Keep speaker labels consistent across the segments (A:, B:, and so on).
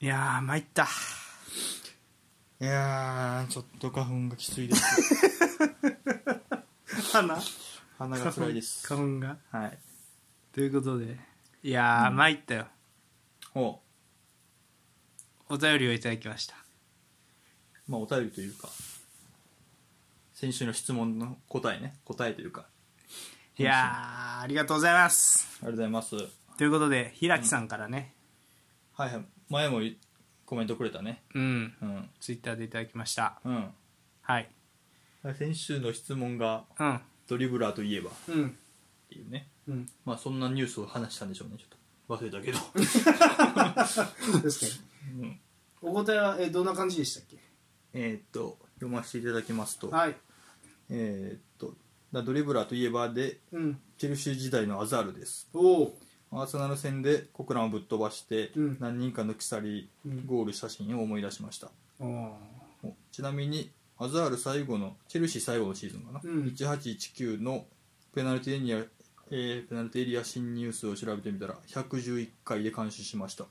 A: いやー参 った
B: いやーちょっと花粉がきついです
A: 花
B: 鼻が辛いです
A: 花粉が
B: はい
A: ということでいやー、参ったよ
B: ほ
A: お便りをいただきました
B: うまあお便りというか先週の質問の答えね答えというか
A: いやーありがとうございます
B: ありがとうございますは
A: ということで平木さんからね
B: いはい前もいコメントくれたね
A: うん、
B: うん
A: ツイッターでいただきました
B: うん
A: はい
B: 先週の質問が
A: うん
B: ドリブラーといえばっ
A: うん
B: ていうね
A: うん
B: まあそんなニュースを話したんでしょうねちょっと忘れた けど
A: 確かに
B: うん
A: お答えはえどんな感じでしたっけ
B: えーっと読ませていただきますと、
A: はい
B: えーっとだドリブラーといえばで
A: うん
B: チェルシー時代のアザールです
A: おお
B: アーセナル戦でコクランをぶっ飛ばして
A: うん
B: 何人か抜き去り
A: うん
B: ゴール写真を思い出しました、
A: お
B: おちなみにアザール最後のチェルシー最後のシーズンかな、
A: うん
B: 1819のペナルティエリア、えーペナルティエリア侵入数を調べてみたら111回で監視しました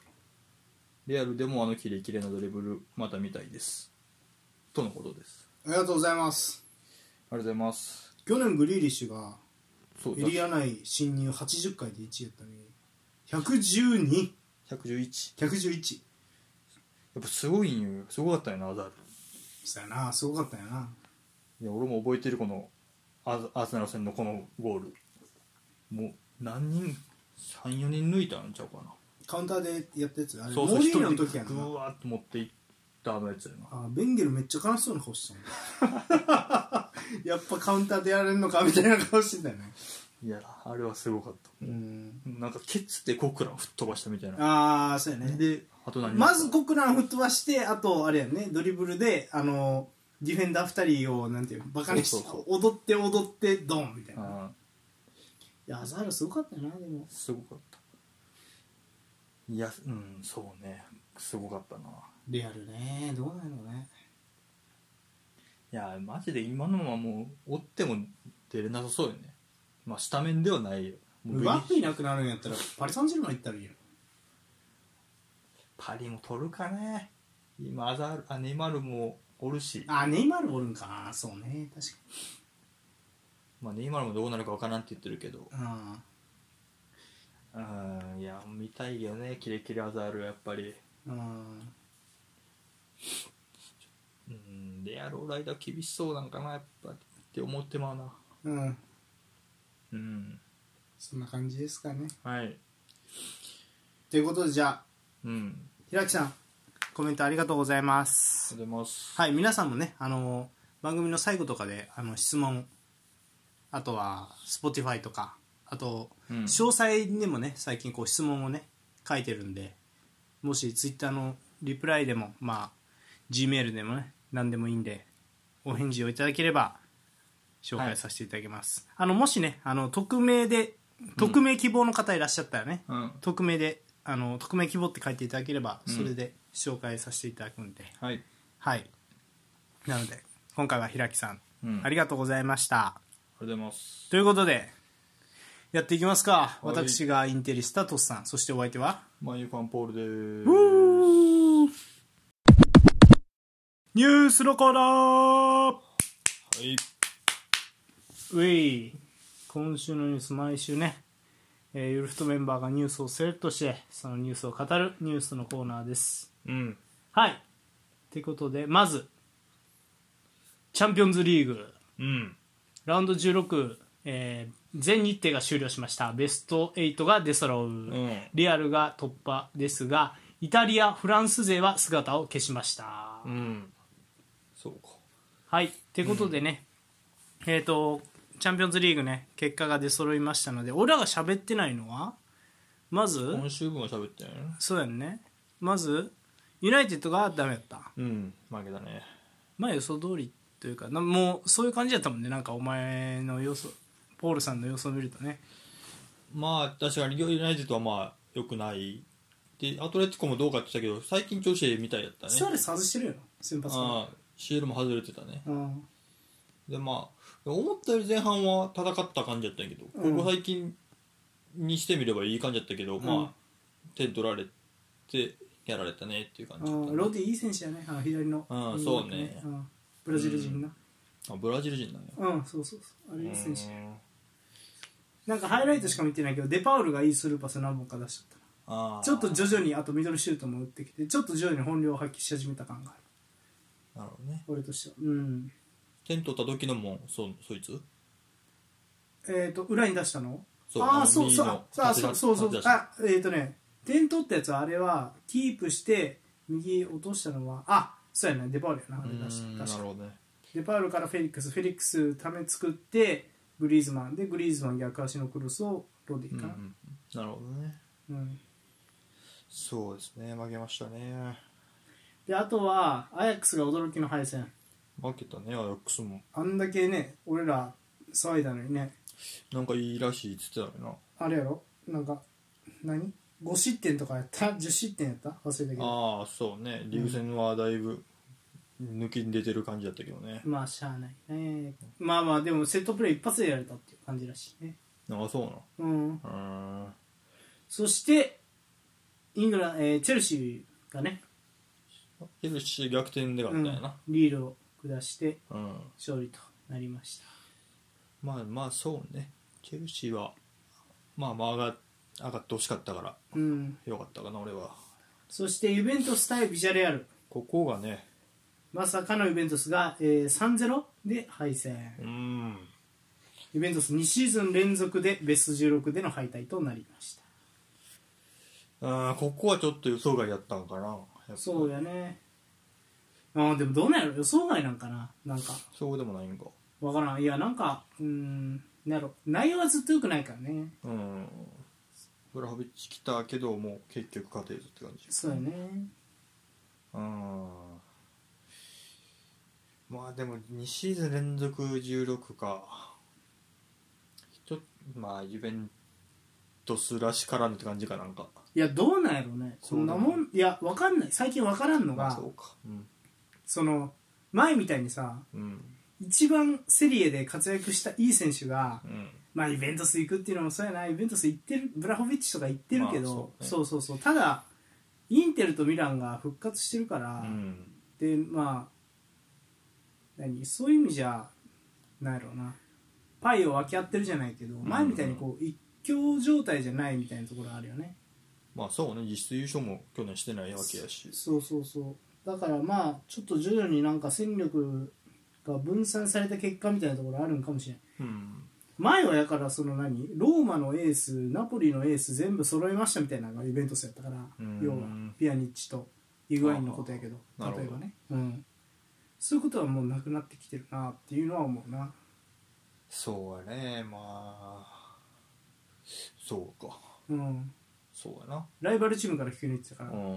B: レアルでもあのキレキレなドリブルまた見たいですとのことです
A: ありがとうございます
B: ありがとうございます
A: 去年グリーリッシュが
B: そう
A: エリア内侵入80回で1位やったのに112
B: 111
A: 111
B: やっぱすごいんよすごかったよなアザール
A: そやなすごかったよない
B: や俺も覚えてるこのアーアーセナル戦のこのゴールもう何人34人抜いたんちゃうかな
A: カウンターでやったやつあれ
B: そうそう
A: モー
B: 一
A: リー
B: 人
A: ニョ
B: で
A: の時やんな
B: ぐわーっと持っていったあのやつやな
A: あベンゲルめっちゃ悲しそうな顔してたもん やっぱカウンターでやれんのかみたいな顔してたよね
B: いやあれはすごかった
A: うん
B: なんかケツでコクラン吹っ飛ばしたみたいな
A: ああそうやね
B: であと何人か
A: まずコクラン吹っ飛ばしてあとあれやねドリブルであのディフェンダー2人をなんていうバカにして
B: そうそう
A: 踊って踊ってドンみたいな、い
B: あー
A: やアザールすごかったよなでも
B: すごかったいやうんそうねすごかったな
A: レアルねどうなのね
B: いやマジで今のままもう追っても出れなさそうよねまあスタメンではないよもう
A: バッフいなくなるんやったらパリ・サンジェルマン行ったらいいよ
B: パリも取るかね今アザールあネイマールもおるし
A: あネイマールおるんかなそうね確か
B: まあ、ネイマールもどうなるかわからんって言ってるけど
A: にうん
B: うんいや見たいよねキレキレアザールはやっぱり
A: うん
B: うんレアルオライダー厳しそうなんかなやっぱって思ってまうな
A: うん
B: うん
A: そんな感じですかね
B: はい
A: ということでじゃあ
B: うん
A: 平木さんコメントありがとうございま
B: あ
A: す
B: りがとうございます
A: はい皆さんもねあの番組の最後とかであの質問あとは Spotify とかあと
B: うん
A: 詳細にもね最近こう質問をね書いてるんでもし Twitter のリプライでもまあ G メールでもね何でもいいんでお返事をいただければ紹介させていただきます、あのもしねあの匿名で匿名希望の方いらっしゃったらね、
B: うん
A: 匿名であの匿名希望って書いていただければそれで紹介させていただくんで、
B: はい
A: はいなので今回は平木さん、
B: うん
A: ありがとうございました
B: ありがとうございます
A: ということでやっていきますか
B: はい
A: 私がインテリスタトスさんそしてお相手は
B: マユファンポールでーす
A: ニュースのコーナー
B: はい
A: ウェイ今週のニュース毎週ね、えー、ゆるふとメンバーがニュースをセレクトしてそのニュースを語るニュースのコーナーです
B: うん
A: はい。ということで、まず、チャンピオンズリーグ、
B: うん
A: ラウンド16、えー全日程が終了しました。ベスト8が出揃う。
B: ん
A: リアルが突破ですが、イタリア、フランス勢は姿を消しました。
B: うんそうか
A: はい。ということでね、えっ、と、チャンピオンズリーグね、結果が出揃いましたので、俺らが喋ってないのは、まず、
B: 今週分は喋ってないね
A: そうやんね。まず、ユナイテッドがダメだった。
B: うん負けたね
A: まあ予想通りというかなもうそういう感じだったもんねなんかお前の予想ポールさんの予想を見るとね
B: まあ確かにユナイテッドはまあ良くないでアトレティコもどうかって言ったけど最近調子ええみたいだったね
A: レス外してるよ先発
B: ああシエルも外れてたね
A: うん
B: でまあ思ったより前半は戦った感じだったんやけど、
A: うん
B: ここ最近にしてみればいい感じだったけど、
A: うん
B: まあ点取られてやられたねっていう感
A: あ
B: じだった
A: ー
B: ね
A: ロディいい選手やねあの左の
B: うん
A: 右
B: そう
A: バッ
B: ね
A: クうんブラジル人な
B: あブラジル人なんや
A: うん、そうそうそうあれいい選手
B: うん
A: なんかハイライトしか見てないけどデパウルがいいスルーパス何本か出しちゃった
B: あ
A: な
B: ー
A: ちょっと徐々にあとミドルシュートも打ってきてちょっと徐々に本領を発揮し始めた感がある
B: なるほどね
A: 俺としてはうん
B: 点取った時のもそうそいつ
A: えっ、と裏に出したの
B: そう
A: あ
B: あ
A: あ
B: の
A: そうそう
B: 右の
A: あそうそうそ
B: 立
A: う
B: て出し
A: あえっ、とね点取ったやつはあれはキープして右落としたのはあそうやねデパウルやなあ
B: う
A: れ出し
B: ん
A: た
B: なる
A: 確か
B: ほどね
A: デパウルからフェリックスフェリックスため作ってグリーズマンでグリーズマン逆足のクロスをロデ
B: う
A: ィ
B: んう
A: かな、
B: んなるほどね
A: うん
B: そうですね負けましたね
A: であとはアヤックスが驚きの敗戦
B: 負けたねアヤックスも
A: あんだけね俺ら騒いだのにね
B: なんかいいらしいっつってたよ
A: あれやろなんか何5失点とかやった10失点やった忘れたけ
B: な
A: ど
B: ああそうねリーグ戦はだいぶ抜きに出てる感じだったけどね
A: まあしゃあないねまあまあでもセットプレー一発でやられたっていう感じらしいね
B: ああそう
A: うん
B: なのうーん
A: そしてイングラン、えーチェルシーがね、
B: ヘルシー逆転で勝ったんやな
A: うんリードを下して
B: うん、
A: 勝利となりました
B: まあまあそうねチェルシーはまあまあ上が上がってほしかったから
A: うん
B: よかったかな俺は
A: そしてユベントス対ビジャレアル
B: ここがね
A: まさかのユベントスが、えー、3-0で敗戦
B: うん
A: ユベントス2シーズン連続でベスト16での敗退となりました
B: あーここはちょっと予想外やったんかなやっぱ
A: そうやねああでもどうなんやろ予想外なんかななんか
B: そうでもないんか
A: わからんいやなんかうーんなんやろ内容はずっと良くないからね
B: うんブラホビッチ来たけどもう結局勝てるって感じ
A: そうやね
B: うんまあでも2シーズン連続16かちょっとまあユベントスらしからぬって感じかなんか
A: いやどうなんやろねそ
B: そうんだ
A: な
B: ね
A: もんいやわかんない最近わからんの
B: まあ
A: が
B: そうかうん
A: その前みたいにさ
B: うん
A: 一番セリエで活躍したいい選手が
B: うん
A: まあ、イベントス行くっていうのもそうやなイベントス行ってるブラホビッチとか行ってるけど、
B: まあそうね
A: そうそうそうただインテルとミランが復活してるから、
B: うん
A: でまあ何そういう意味じゃなんやろうなパイを分け合ってるじゃないけど
B: ん
A: 前みたいにこう一強状態じゃないみたいなところあるよね、
B: まあそうね実質優勝も去年してないわけやし
A: そうそうそうだからまあちょっと徐々になんか戦力が分散された結果みたいなところあるんかもしれない
B: うん
A: 前はやからその何ローマのエースナポリのエース全部揃えましたみたいなのがイベントスやったから
B: うん
A: 要はピアニッチとイグアインのことやけど
B: あーなるほど
A: 例えばね、うん、そういうことはもうなくなってきてるなっていうのは思うな
B: そうやねまあそうか
A: うん
B: そうやな
A: ライバルチームから引き抜いてたか
B: う
A: ら、
B: んうんうん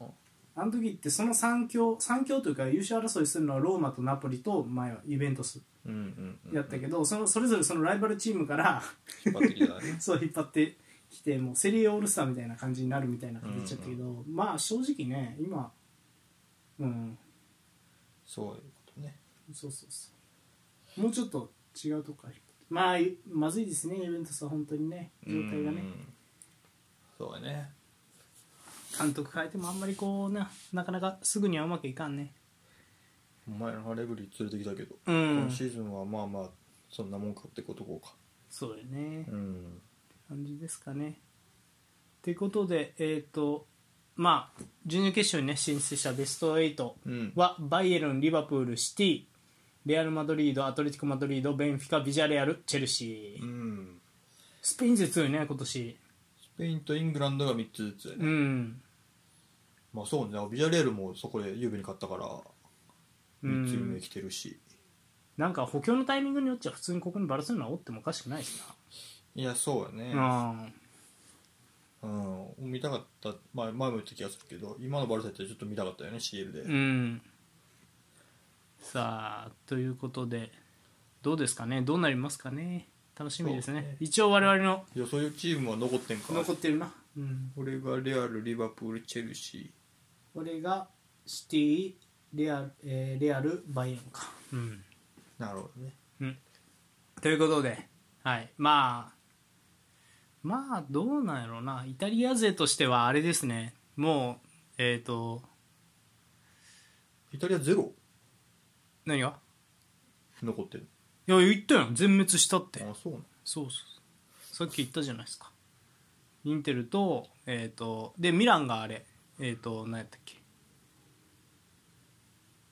B: うん
A: あの時ってその3強3強というか優勝争いするのはローマとナポリと前はイベントス
B: うんうんうん
A: やったけど、そのそれぞれそのライバルチームから
B: 引っ張ってきたね
A: そう引っ張ってきてもうセリエオールスターみたいな感じになるみたいな感じになっちゃったけど、まあ正直ね今うん
B: そういうことね
A: そうそうそうもうちょっと違うとこから引っ張ってまあまずいですねイベントスは本当にね状態が
B: う
A: ね
B: んそうやね
A: 監督変えてもあんまりこうななかなかすぐにはうまくいかんね
B: お前のレブリー連れてきたけど、
A: う
B: 今
A: ん
B: シーズンはまあまあそんなもんかってことこうか
A: そうよね
B: うん
A: 感じですかねってことでえっ、とまあ準々決勝にね進出したベスト8
B: うん
A: はバイエルン、リバプール、シティ、レアル・マドリード、アトレティコ・マドリード、ベンフィカ、ビジャレアル、チェルシー、
B: うん
A: スペイン勢強いね、今年。
B: スペインとイングランドが3つずつやね、
A: うん、
B: まあそうねビジャレールもそこでユーベに勝ったから
A: う
B: 3つ目
A: ん
B: 来てるし、
A: なんか補強のタイミングによっちゃ、普通にここにバルセロナおってもおかしくないし
B: いやそうやね、
A: な、うん、
B: うん、見たかった、まあ、前も言った気がするけど今のバルセってちょっと見たかったよね CL で、
A: うん、さあということで、どうですかね、どうなりますかね、楽しみですね、
B: そうね
A: 一応、我々の
B: いやそういうチームは残ってんか
A: 残ってるな、うん、
B: 俺がレアルリバプールチェルシ
A: これがシティ、レアル、えーレアルバイエルンか。うん
B: ーなるほどね
A: うん、ということで、はい、まあまあどうなんやろうなイタリア勢としてはあれですねもうえっ、と
B: イタリアゼロ
A: 何が
B: 残ってる
A: いや言ったよ全滅したって
B: あそうなの
A: そうそうそうさっき言ったじゃないですかインテルとえっ、とでミランがあれえっ、と何やったっけ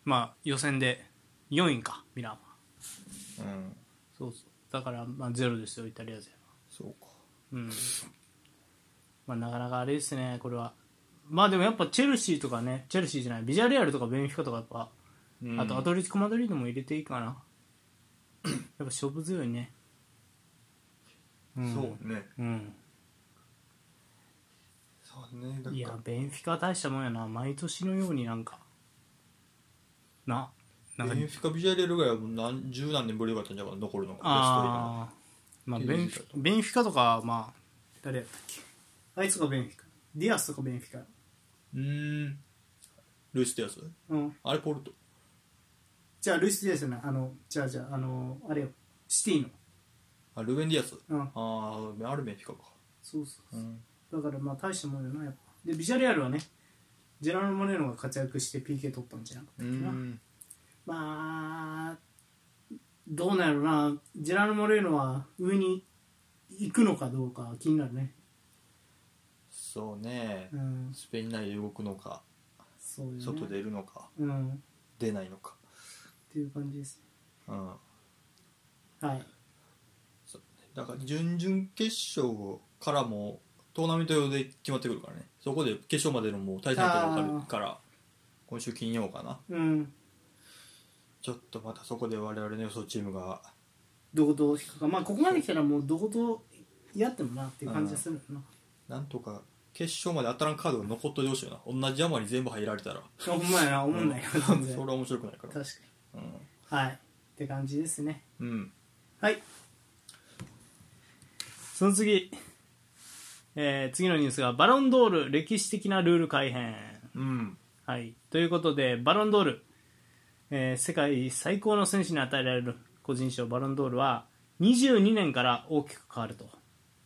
A: まあ予選で4位かミランは
B: うん
A: そうそうだからまあゼロですよイタリア勢は
B: そうか
A: うんまあなかなかあれですねこれはまあでもやっぱチェルシーとかねチェルシーじゃないビジャレアルとかベンフィカとかやっぱあとアトレティコ・マドリードも入れていいかな やっぱ勝負強いね、うん、
B: そうね
A: うん
B: そうねだ
A: いやベンフィカは大したもんやな毎年のようになんかななんか
B: ベンフィカ・ビジャレルが何十何年ぶりだったんじゃないかな残るのが
A: ああまあベンフィベンフィカとかはまあ誰やったっけあいつがベンフィカディアスとかベンフィカ
B: うーんルイス・テアス
A: うん
B: あれポルト
A: じゃあルイス・ディアスじゃないあのじゃあじゃああのあれよシティの
B: あルベン・ディアス
A: うん
B: ああアルベンフィカか
A: そうそう
B: うん
A: だからまあ大したもんやなやっぱでビジャレアルはねジェラルモネロが活躍して PK 取ったんじゃなかったっけなまあどうなんやろなジェラルモレーノは上に行くのかどうか気になるね
B: そうね
A: うん
B: スペイン内で動くのか
A: そうよね
B: 外出るのか
A: うんっ
B: 出ないのか
A: ていう感じです
B: うん
A: はい
B: だから準々決勝からもトーナメント用で決まってくるからねそこで決勝までのもう対戦相手が分かるから今週金曜かな
A: うん
B: ちょっとまたそこで我々の予想チームが
A: どこと引くかまあここまで来たらもうどことやってもなっていう感じがするな
B: なんとか決勝まで当たらんカードが残っといてほしいよな同じ山に全部入られたら
A: ほんまやな思んないよ
B: うん
A: 全
B: そ
A: 然
B: れは面白くないか
A: 確
B: ら
A: かにはいって感じですね
B: うん、うん、
A: はいその次、えー次のニュースがバロンドール歴史的なルール改変
B: うん
A: はい、ということでバロンドール、えー世界最高の選手に与えられる個人賞バロンドールは22年から大きく変わると、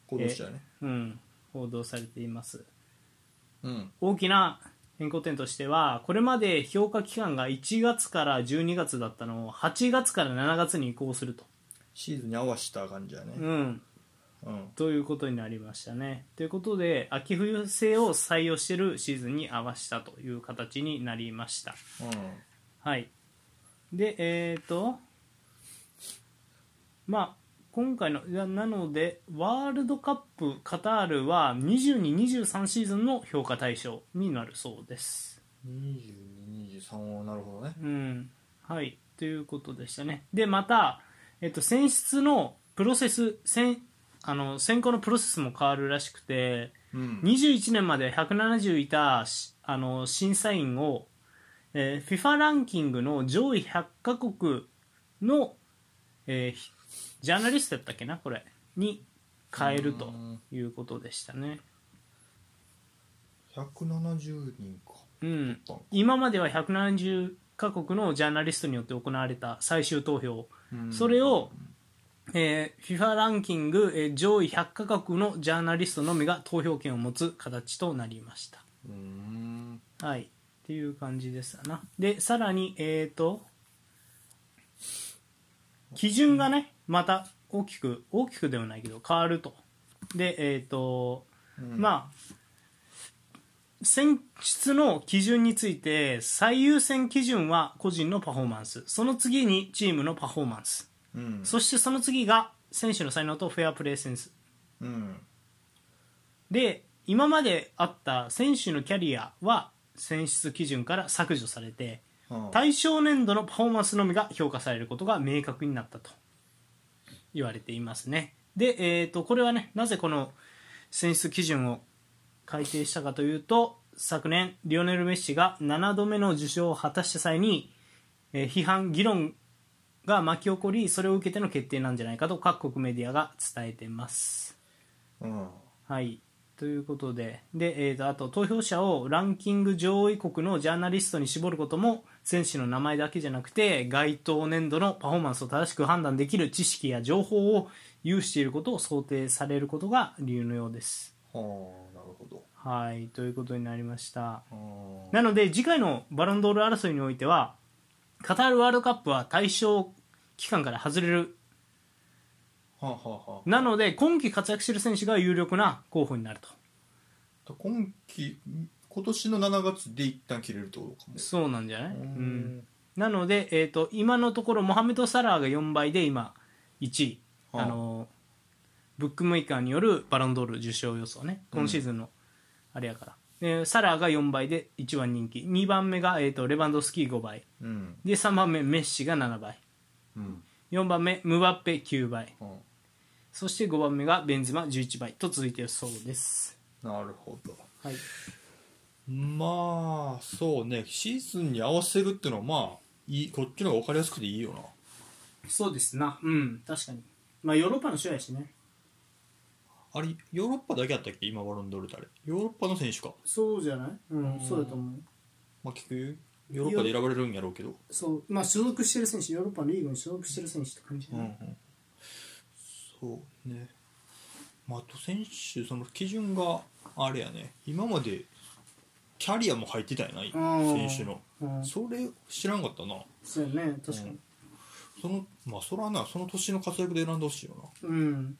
B: 行動しちゃうね
A: うん、報道されています
B: うん
A: 大きな変更点としてはこれまで評価期間が1月から12月だったのを8月から7月に移行すると、
B: シーズンに合わせた感じやね
A: うん、
B: うん
A: ということになりましたねということで秋冬制を採用しているシーズンに合わせたという形になりました
B: うん
A: はい。で、えっ、と、まあ、今回の、いやなので、ワールドカップカタールは22、23シーズンの評価対象になるそうです。
B: 2223なるほどね
A: うん。はい。ということでしたね。で、また、えっ、と、選出のプロセス、選、あの、選考のプロセスも変わるらしくて、
B: うん
A: 21年まで170いたしあの審査員を、えー FIFA ランキングの上位100カ国の、えーひジャーナリストだったっけなこれに変えると
B: うん
A: いうことでしたね。
B: 170人か
A: うん、
B: あ
A: 今までは170カ国のジャーナリストによって行われた最終投票、
B: うん
A: それを、えー FIFA ランキング、えー上位100カ国のジャーナリストのみが投票権を持つ形となりました。
B: うーん
A: はい、っていう感じですわなでさらにえー、と基準がねまた大きく大きくではないけど変わるとでえっ、と、
B: あ
A: まあ選出の基準について最優先基準は個人のパフォーマンスその次にチームのパフォーマンス
B: うん
A: そしてその次が選手の才能とフェアプレーセンス
B: うん
A: で今まであった選手のキャリアは選出基準から削除されて
B: うん
A: 対象年度のパフォーマンスのみが評価されることが明確になったと言われていますねで、えー、とこれはねなぜこの選出基準を改定したかというと昨年リオネル・メッシが7度目の受賞を果たした際に、えー批判議論が巻き起こりそれを受けての決定なんじゃないかと各国メディアが伝えてます
B: うん
A: はい、ということでで、えーとあと投票者をランキング上位国のジャーナリストに絞ることも選手の名前だけじゃなくて該当年度のパフォーマンスを正しく判断できる知識や情報を有していることを想定されることが理由のようです。
B: はあなるほど
A: はいということになりました
B: あー
A: なので次回のバロンドール争いにおいてはカタールワールドカップは対象期間から外れる
B: はあはあはあ
A: なので今季活躍している選手が有力な候補になると
B: 今期今年の7月で一旦切れるってことかも
A: そうなんじゃない、う
B: うん
A: ん、なので、えー、と今のところモハメド・サラーが4倍で今1位、
B: はあ
A: あのブックメーカーによるバロンドール受賞予想ね今シーズンのあれやから、でサラーが4倍で一番人気2番目が、えー、とレバンドフスキー5倍
B: うん
A: で3番目メッシが7倍
B: うん
A: 4番目ムバッペ9倍
B: うん
A: そして5番目がベンゼマ11倍と続いているそうです、
B: なるほど
A: はい、
B: まあそうねシーズンに合わせるっていうのはまあいいこっちの方が分かりやすくていいよな
A: そうですなうん確かにまあヨーロッパの試合やしね
B: あれヨーロッパだけやったっけ今バロンドールってあれヨーロッパの選手か、
A: そうじゃないうん
B: んそうだと
A: 思う
B: まあ、結局ヨーロッパで選ばれるんやろうけど
A: そう、まあ、所属してる選手、ヨーロッパのリーグに所属してる選手って感じ、
B: うんうんそうね、まあ、あと選手その基準があれやね今までキャリアも入ってたやない
A: うん
B: 選手の
A: うん
B: それ知らんかったな
A: そうやね、確かに。
B: そのまあそれはなその年の活躍で選んでほしいよな
A: うん、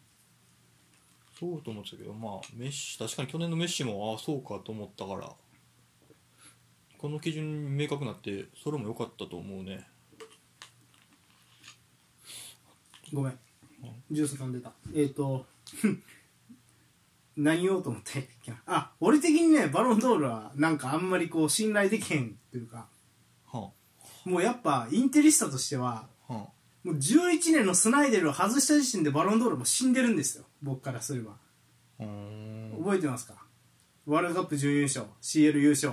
B: そうと思ってたけどまあメッシ確かに去年のメッシもああそうかと思ったからこの基準明確になってそれも良かったと思うね
A: ごめん、ジュース飲んでた。えっ、と、 何をと思って、あ俺的にね、バロンドールは、なんかあんまりこう、信頼できへんというか、
B: は
A: もうやっぱ、インテリスタとしては、
B: あは
A: もう11年のスナイデルを外した時点でバロンドールも死んでるんですよ、僕からすれば。
B: あうーん
A: 覚えてますかワールドカップ準優勝、CL 優勝。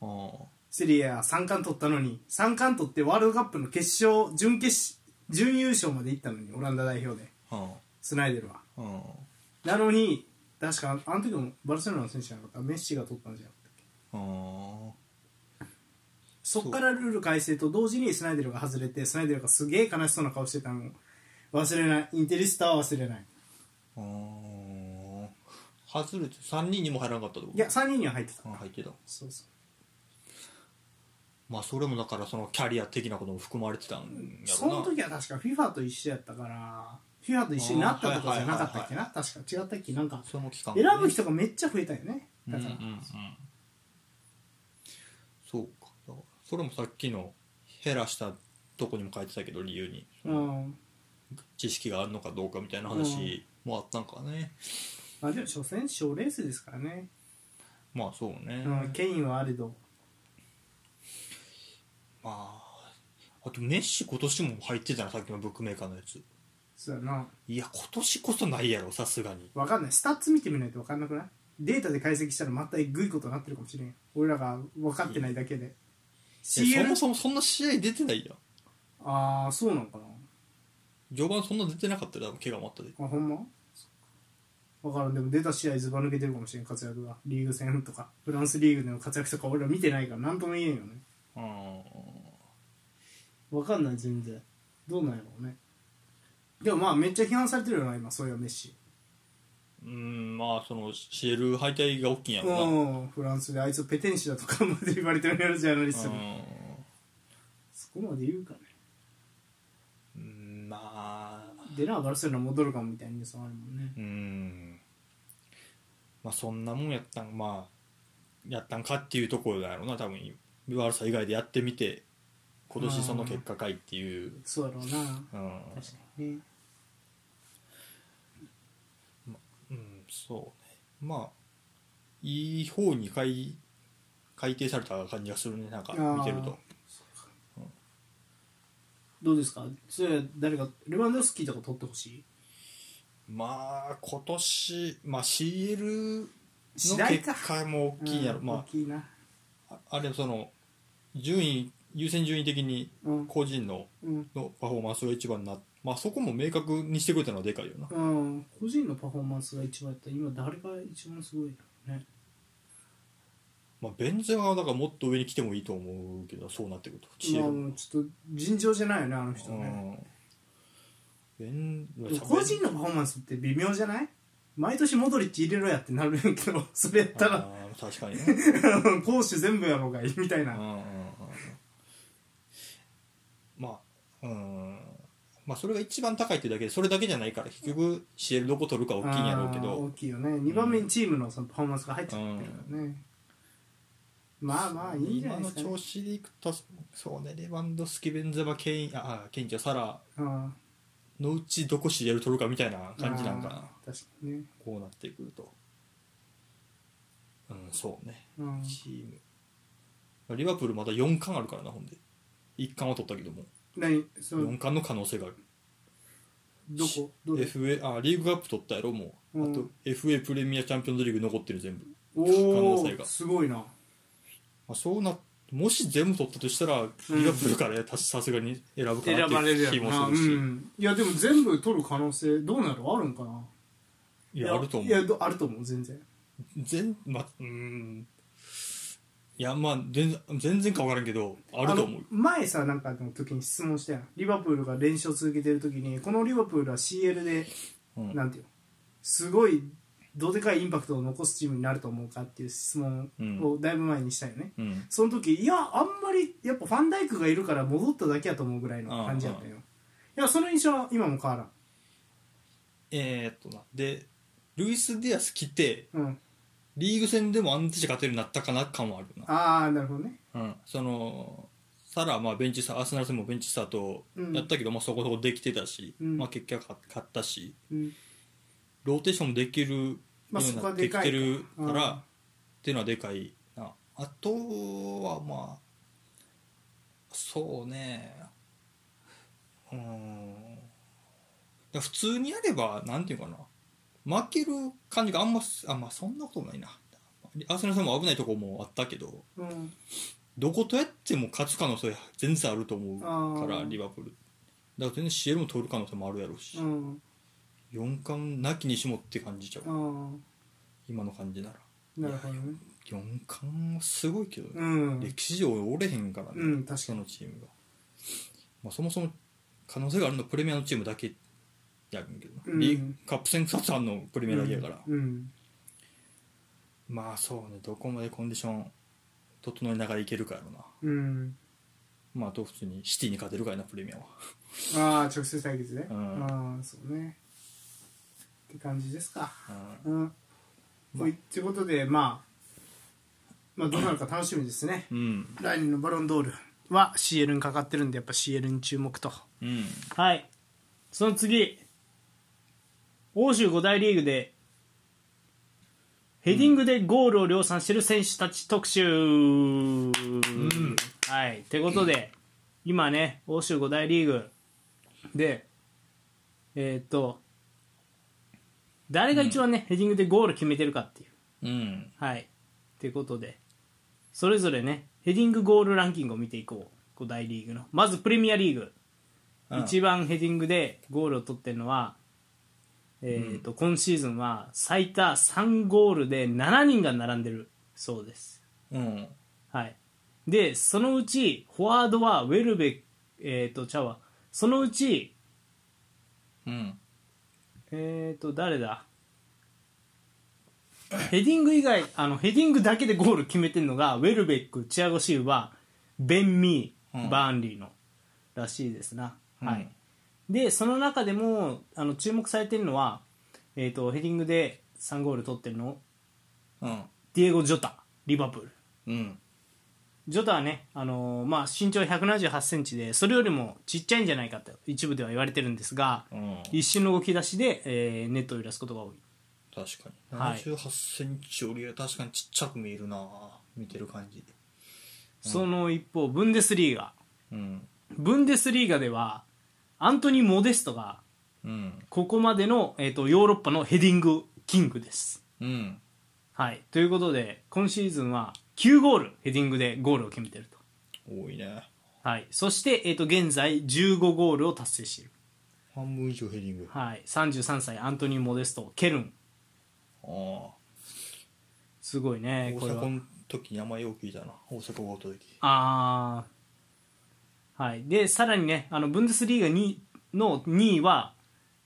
B: はあ
A: セリエ3冠取ったのに3冠取ってワールドカップの決勝準決準優勝まで行ったのにオランダ代表で
B: は
A: スナイデルは
B: あは
A: なのに確かあの時もバルセロナの選手じゃなかったメッシが取ったんじゃなかったっけ
B: あはあ
A: そっからルール改正と同時にスナイデルが外れてスナイデルがすげえ悲しそうな顔してたのを忘れないインテリスタは忘れないう
B: ーん外れて3人にも入らなかったってこと
A: いや3人には入ってた
B: あ入ってた
A: そうそう
B: まあそれもだからそのキャリア的なことも含まれてたんや
A: そ
B: ろ
A: の
B: な
A: 時は確か FIFA と一緒やったから FIFA と一緒になったとかじゃなかったっけな確か違ったっけなんか
B: その期間
A: 選ぶ
B: 人
A: 人がめっちゃ増えたよねだから、
B: うんうんうん、そうかだからそれもさっきの減らしたとこにも書いてたけど理由に
A: うん
B: 知識があるのかどうかみたいな話もあったんかね、
A: まあでも初戦賞レースですからね、
B: まあそうね、
A: うん、ケインはあれど
B: まああとメッシ今年も入ってたなさっきのブックメーカーのやつ
A: そうやない
B: や今年こそないやろさすがに
A: 分かんないスタッツ見てみないと分かんなくないデータで解析したらまたえぐいことになってるかもしれん俺らが分かってないだけで
B: いや
A: CL
B: そもそもそんな試合出てないやん
A: ああそうなのかな
B: 序盤そんな出てなかったよ多分怪我もあったで
A: あほんま分からんでも出た試合ずば抜けてるかもしれん活躍がリーグ戦とかフランスリーグでの活躍とか俺ら見てないから何とも言えんよね
B: うん
A: 分かんない全然どうなんやろうねでもまあめっちゃ批判されてるよな今そういうメッシ
B: うんまあその CL 敗退が大きいんやろな、
A: うん、フランスであいつをペテン師だとかまで言われてるやるジャーナリストに
B: うん
A: そこまで言うかね
B: うんまあ
A: でなバルセロナ戻るかもみたいなニュースもあるもんね
B: うんまあそんなもんやったんまあやったんかっていうところだろうな多分悪さ以外でやってみて今年その結果かいっていう、
A: そうだろうな
B: うん
A: 確かにね
B: うん、そうねまあいい方に改改定された感じがするねなんか見てると
A: どうですかそれは誰かレバンドフスキーとか取ってほし
B: まあ今年、まあ、CL
A: い
B: の結果も
A: う
B: 大
A: ん
B: きいんやろ、
A: 大
B: ま
A: きいな
B: ああれその順位優先順位的に
A: うん
B: 個人の
A: うん、
B: のパフォーマンスが一番な、まあ、そこも明確にしてくれたのはでかいよな、
A: うん、個人のパフォーマンスが一番やったら今誰が一番すごいんだろうね
B: まあ、ベンゼマはだからもっと上に来てもいいと思うけどそうなってくると知恵
A: まあ
B: る、
A: もうちょっと尋常じゃないよねあの人ね
B: うんベン
A: でも個人のパフォーマンスって微妙じゃない毎年モドリッチ入れろやってなるんやけどそれやったら
B: あー確かにね
A: 攻守全部やろうがいいみたい
B: うんう
A: なん
B: うんうんまあうんまあそれが一番高いっていうだけでそれだけじゃないから結局 CL どこ取るか大きいんやろうけ
A: あー
B: ど
A: 大きいよね2番目にチームのそのパフォーマンスが入っちゃってるからね、まあまあいいんじゃない
B: 今
A: で
B: の
A: すかね
B: 調子でいくとそうねレバンドフスキベンゼマケインああケインじゃサラ
A: うん
B: のうちどこ CL 取るかみたいな感じなんかな
A: あー確かにね、
B: こうなってくるとうんそうね
A: うん、
B: チームリバプールまだ4冠あるからなほんで1冠は取ったけども
A: 何その
B: 4冠の可能性がある
A: どこどれ
B: FA あリーグカップ取ったやろもう、
A: うん
B: あと FA プレミアチャンピオンズリーグ残ってる全部、
A: お
B: 可能性
A: お
B: が
A: すごいな
B: まあ、そうなもし全部取ったとしたら、リーグカップからたさすがに選ぶか
A: 選ば
B: なっ
A: れる
B: ていう
A: や
B: 気
A: ろ
B: も
A: な、う
B: するし、
A: ん、いやでも全部取る可能性どうなるあるんかない
B: やあると思
A: いや
B: う
A: どあると思う全然
B: 全まあうんいやまあ全然全然か分からんけどあると思う
A: あの前さなんかの時に質問したやんリバプールが連勝続けてる時にこのリバプールは CL で
B: うん
A: なんていうのすごいどでかいインパクトを残すチームになると思うかっていう質問をだいぶ前にしたよね、
B: うん
A: その時いやあんまりやっぱファンダイクがいるから戻っただけやと思うぐらいの感じやったよいやその印象は今も変わ
B: えー、っとなでルイス・ディアス来て
A: らん、うん、
B: リーグ戦でも安定して勝てるようになったかな感はあるな
A: ああなるほどね
B: うん、そのサラはまあベンチスタアーセナル戦もベンチスターとやったけど、まあ、そこそこできてたし、
A: うん
B: まあ、結局は勝ったし
A: うん
B: ローテーションもできるよう
A: まあ
B: に
A: そこ
B: な
A: は
B: って
A: で
B: き
A: かい
B: てる
A: うん
B: から、っていうのはでかいなあとはまあそうねうーんだから普通にやればなんていうかな負ける感じがあんまあまあそんなこともないなアーセナル戦も危ないとこもあったけど
A: うん
B: どことやっても勝つ可能性全然あると思うか
A: あ
B: ら
A: ー
B: リバプールだから全然 CL も取る可能性もあるやろうし、
A: うん
B: 4冠なきにしもって感じちゃう
A: ああ
B: 今の感じなら
A: なるほどね
B: 4冠はすごいけど、
A: う
B: ね
A: ん、
B: 歴史上折れへんからね、
A: うん、確か
B: そ
A: に
B: のチームが、まあ、そもそも可能性があるのはプレミアのチームだけやるんけどな、
A: うん
B: リーグカップ戦2つあんのプレミアだけやから、
A: うん
B: まあそうねどこまでコンディション整えながらいけるかやろな
A: うん、うん
B: まああと普通にシティに勝てるかやなプレミアは
A: ああ直接対決で、
B: うん
A: ああそうねって感じですか
B: うん
A: うん
B: まあ
A: はいということでまあまあどうなるか楽しみですね
B: うん
A: 来年のバロンドールは CL にかかってるんでやっぱ CL に注目と
B: うん
A: はいその次欧州5大リーグでヘディングでゴールを量産してる選手たち特集、はいってことで今ね欧州5大リーグでえーっと誰が一番ね、ヘディングでゴール決めてるかっていう
B: うん
A: はい。ということで、それぞれね、ヘディングゴールランキングを見ていこう。5大リーグの。まずプレミアリーグ。
B: うん
A: 一番ヘディングでゴールを取ってるのは、えーと今シーズンは最多3ゴールで7人が並んでるそうです。
B: うん
A: はい、で、そのうちフォワードはウェルベック、えー、とちゃうわそのうち、
B: うん
A: えー、と誰だヘディング以外あのヘディングだけでゴール決めてるのがウェルベックチアゴシウバベン・ミー、
B: うん
A: バーンリーのらしいですな、は
B: う
A: い
B: ん、
A: でその中でもあの注目されてるのは、えー、とヘディングで3ゴール取ってるの
B: うん
A: ディエゴ・ジョタリバプール
B: うん
A: ジョタはね、あのーまあ、身長1 7 8センチでそれよりもちっちゃいんじゃないかと一部では言われてるんですが、
B: うん
A: 一瞬の動き出しで、えーネットを揺らすことが多い
B: 確かに
A: はい
B: 7 8ンチよりは確かにちっちゃく見えるな見てる感じで
A: その一方、ブンデスリーガ。
B: うん
A: ブンデスリーガでは、アントニー・モデストが、
B: うん
A: ここまでの、えー、とヨーロッパのヘディングキングです。
B: うん
A: はい。ということで、今シーズンは9ゴール、ヘディングでゴールを決めてると。
B: 多いね
A: はい。そして、えー、と、現在15ゴールを達成している。
B: 半分以上ヘディングあ
A: はい。33歳、アントニー・モデスト、ケルン。
B: あ大
A: すごいね、これは
B: 阪。の時名前を聞いたな大阪がおった時
A: あーはい、でさらにねあのブンデスリーガ2の2位は、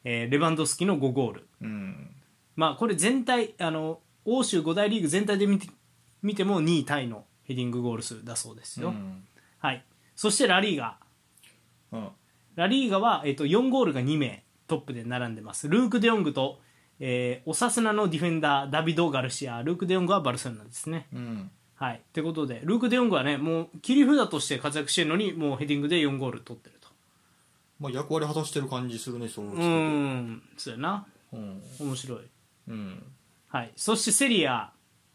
A: えーレバンドフスキの5ゴール
B: うん
A: まあこれ全体あの欧州5大リーグ全体で見て見ても2位タイのヘディングゴール数だそうですよ、
B: うん
A: はい、そしてラリーガ
B: うん
A: ラリーガは、えっと4ゴールが2名トップで並んでますルーク・デヨングと、えー、オサスナのディフェンダーダビド・ガルシアルーク・デヨングはバルセロナですね
B: うん
A: はいということでルーク・デヨングはねもう切り札として活躍してるのにもうヘディングで4ゴール取ってると
B: まあ、役割果たしてる感じするねそう
A: う
B: ですね
A: ーんそうやな
B: うん
A: 面白い
B: うん
A: はいそしてセリア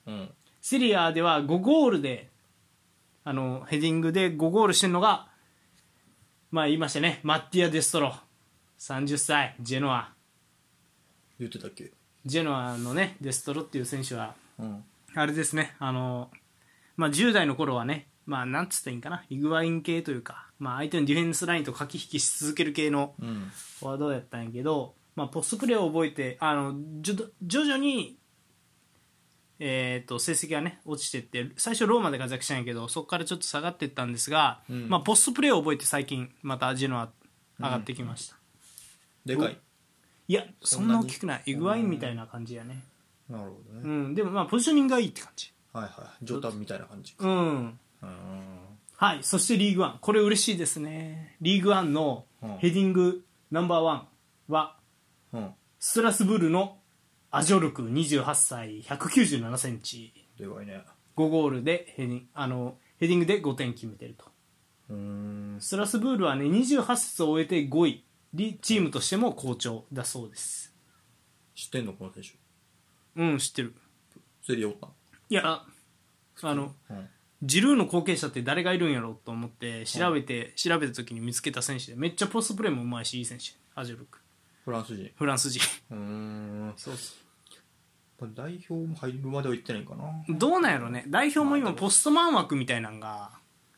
B: うん
A: セリアでは5ゴールであのヘディングで5ゴールしてるのがまあ言いましたねマッティア・デストロ30歳ジェノア
B: 言ってたっけ
A: ジェノアのねデストロっていう選手は
B: うん
A: あれですねあの、まあ、10代の頃はねまあなんつったらいいんかなイグワイン系というか、まあ、相手のディフェンスラインと駆け引きし続ける系の
B: うん
A: フォワードやったんやけど、まあ、ポストプレーを覚えてあのじゅ徐々に、えー、と成績が、ね、落ちてって最初ローマで活躍したんやけどそこからちょっと下がっていったんですが、
B: うん
A: まあ、ポストプレーを覚えて最近またジェノア上がってきました、
B: でかい
A: いやそんな大きくない
B: そんなに
A: イグワインみたいな感じやね、
B: なるほど
A: う
B: ね、
A: ん、でもまあポジショニングがいいって感じ
B: はいはいジョタみたいな感じ
A: うん
B: うん
A: はい、そしてリーグワン、これ嬉しいですね。リーグワンの
B: うん
A: ヘディングナンバーワンは、
B: うん
A: ストラスブールのアジョルク、28歳、197センチ、
B: でかいね
A: 5ゴールでヘディンあのヘディングで5点決めてると。
B: うん
A: ストラスブールはね、28節を終えて5位、リチームとしても好調だそうです。
B: 知ってんのこの選手
A: うん、知ってる。
B: セリエおったの
A: いや、あの、
B: うん
A: ジルーの後継者って誰がいるんやろうと思って調べて、調べた時に見つけた選手でめっちゃポストプレーもうまいしいい選手アジョルク
B: フランス人
A: フランス人
B: うん代表も入るまでは行ってないかな、
A: どうなんやろね代表も今ポストマン枠みたいなんが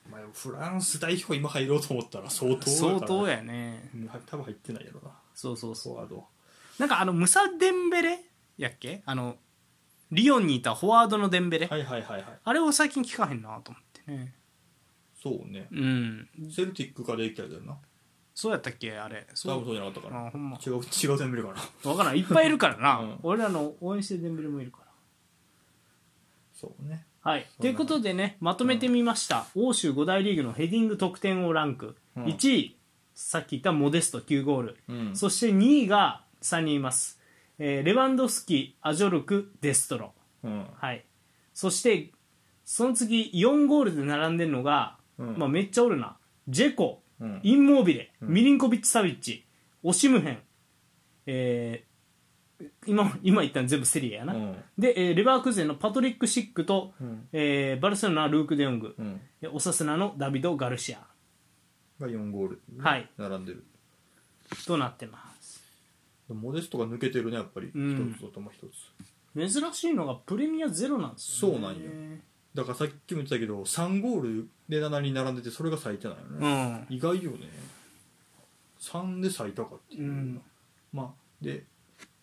B: まあ、フランス代表今入ろうと思ったら相当
A: 相当
B: や
A: やね
B: から多分入ってないやろな
A: そうそう
B: フォ
A: そう
B: ワード
A: なんかあのムサ・デンベレやっけあのリオンにいたフォワードのデンベレ、
B: はいはいはいはい
A: あれを最近聞かへんなと思ってね
B: そうね
A: うん
B: セルティックからできたやつやな
A: そうやったっけあれそ
B: 多
A: う
B: 分そうじゃなかったかな
A: あほんま
B: 違う違う点見るかな
A: 分からんいっぱいいるからな、
B: うん
A: 俺らの応援してるデンベレもいるから
B: そうね
A: はい、
B: う
A: ということでねまとめてみました、欧州5大リーグのヘディング得点王ランク、
B: うん
A: 1位さっき言ったモデスト9ゴール、
B: うん
A: そして2位が3人います、えーレバンドフスキアジョルクデストロ、
B: うん
A: はい、そしてその次4ゴールで並んでるのが、
B: うん
A: まあ、めっちゃおるなジェコ、
B: うん
A: インモービレ、ミリンコビッチ・サビッチオシムヘン、えー今今言ったの全部セリエやな、
B: うん
A: で、えーレバークーゼンのパトリック・シックと、
B: うん
A: えーバルセロナのルーク・デヨング、
B: うん
A: でオサスナのダビド・ガルシア
B: が4ゴール、
A: はい
B: 並んでる
A: となってます
B: でもモデストが抜けてるねやっぱり、
A: うん
B: 一つととも一つ
A: 珍しいのがプレミアゼロなんですよ、ね、
B: そうなんよだからさっきも言ってたけど3ゴールで7に並んでてそれが最多なのね、
A: うん
B: 意外よね3で最多かっていう、
A: うん
B: まあで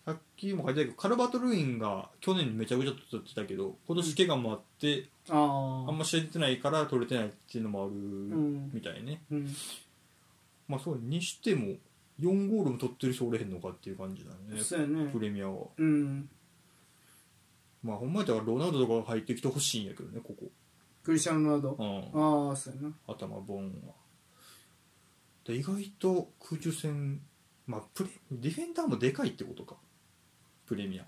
B: さっきも書いてたけどカルバトルインが去年めちゃくちゃ取ってたけど今年怪我もあって、
A: あ
B: あん
A: あ
B: ま試合出てないから取れてないっていうのもある
A: ん
B: みたいね、
A: うん
B: まあそうにしても4ゴールも取ってる人おれへんのかっていう感じだね
A: そうやね
B: プレミアは
A: うん
B: まあほんまやったらロナウドとかが入ってきてほしいんやけどねこ
A: クリシャン・ロナウド
B: こ、うん、
A: ああそうやな
B: 頭ボンはで意外と空中戦まあプレディフェンダーもでかいってことかプレミア
A: い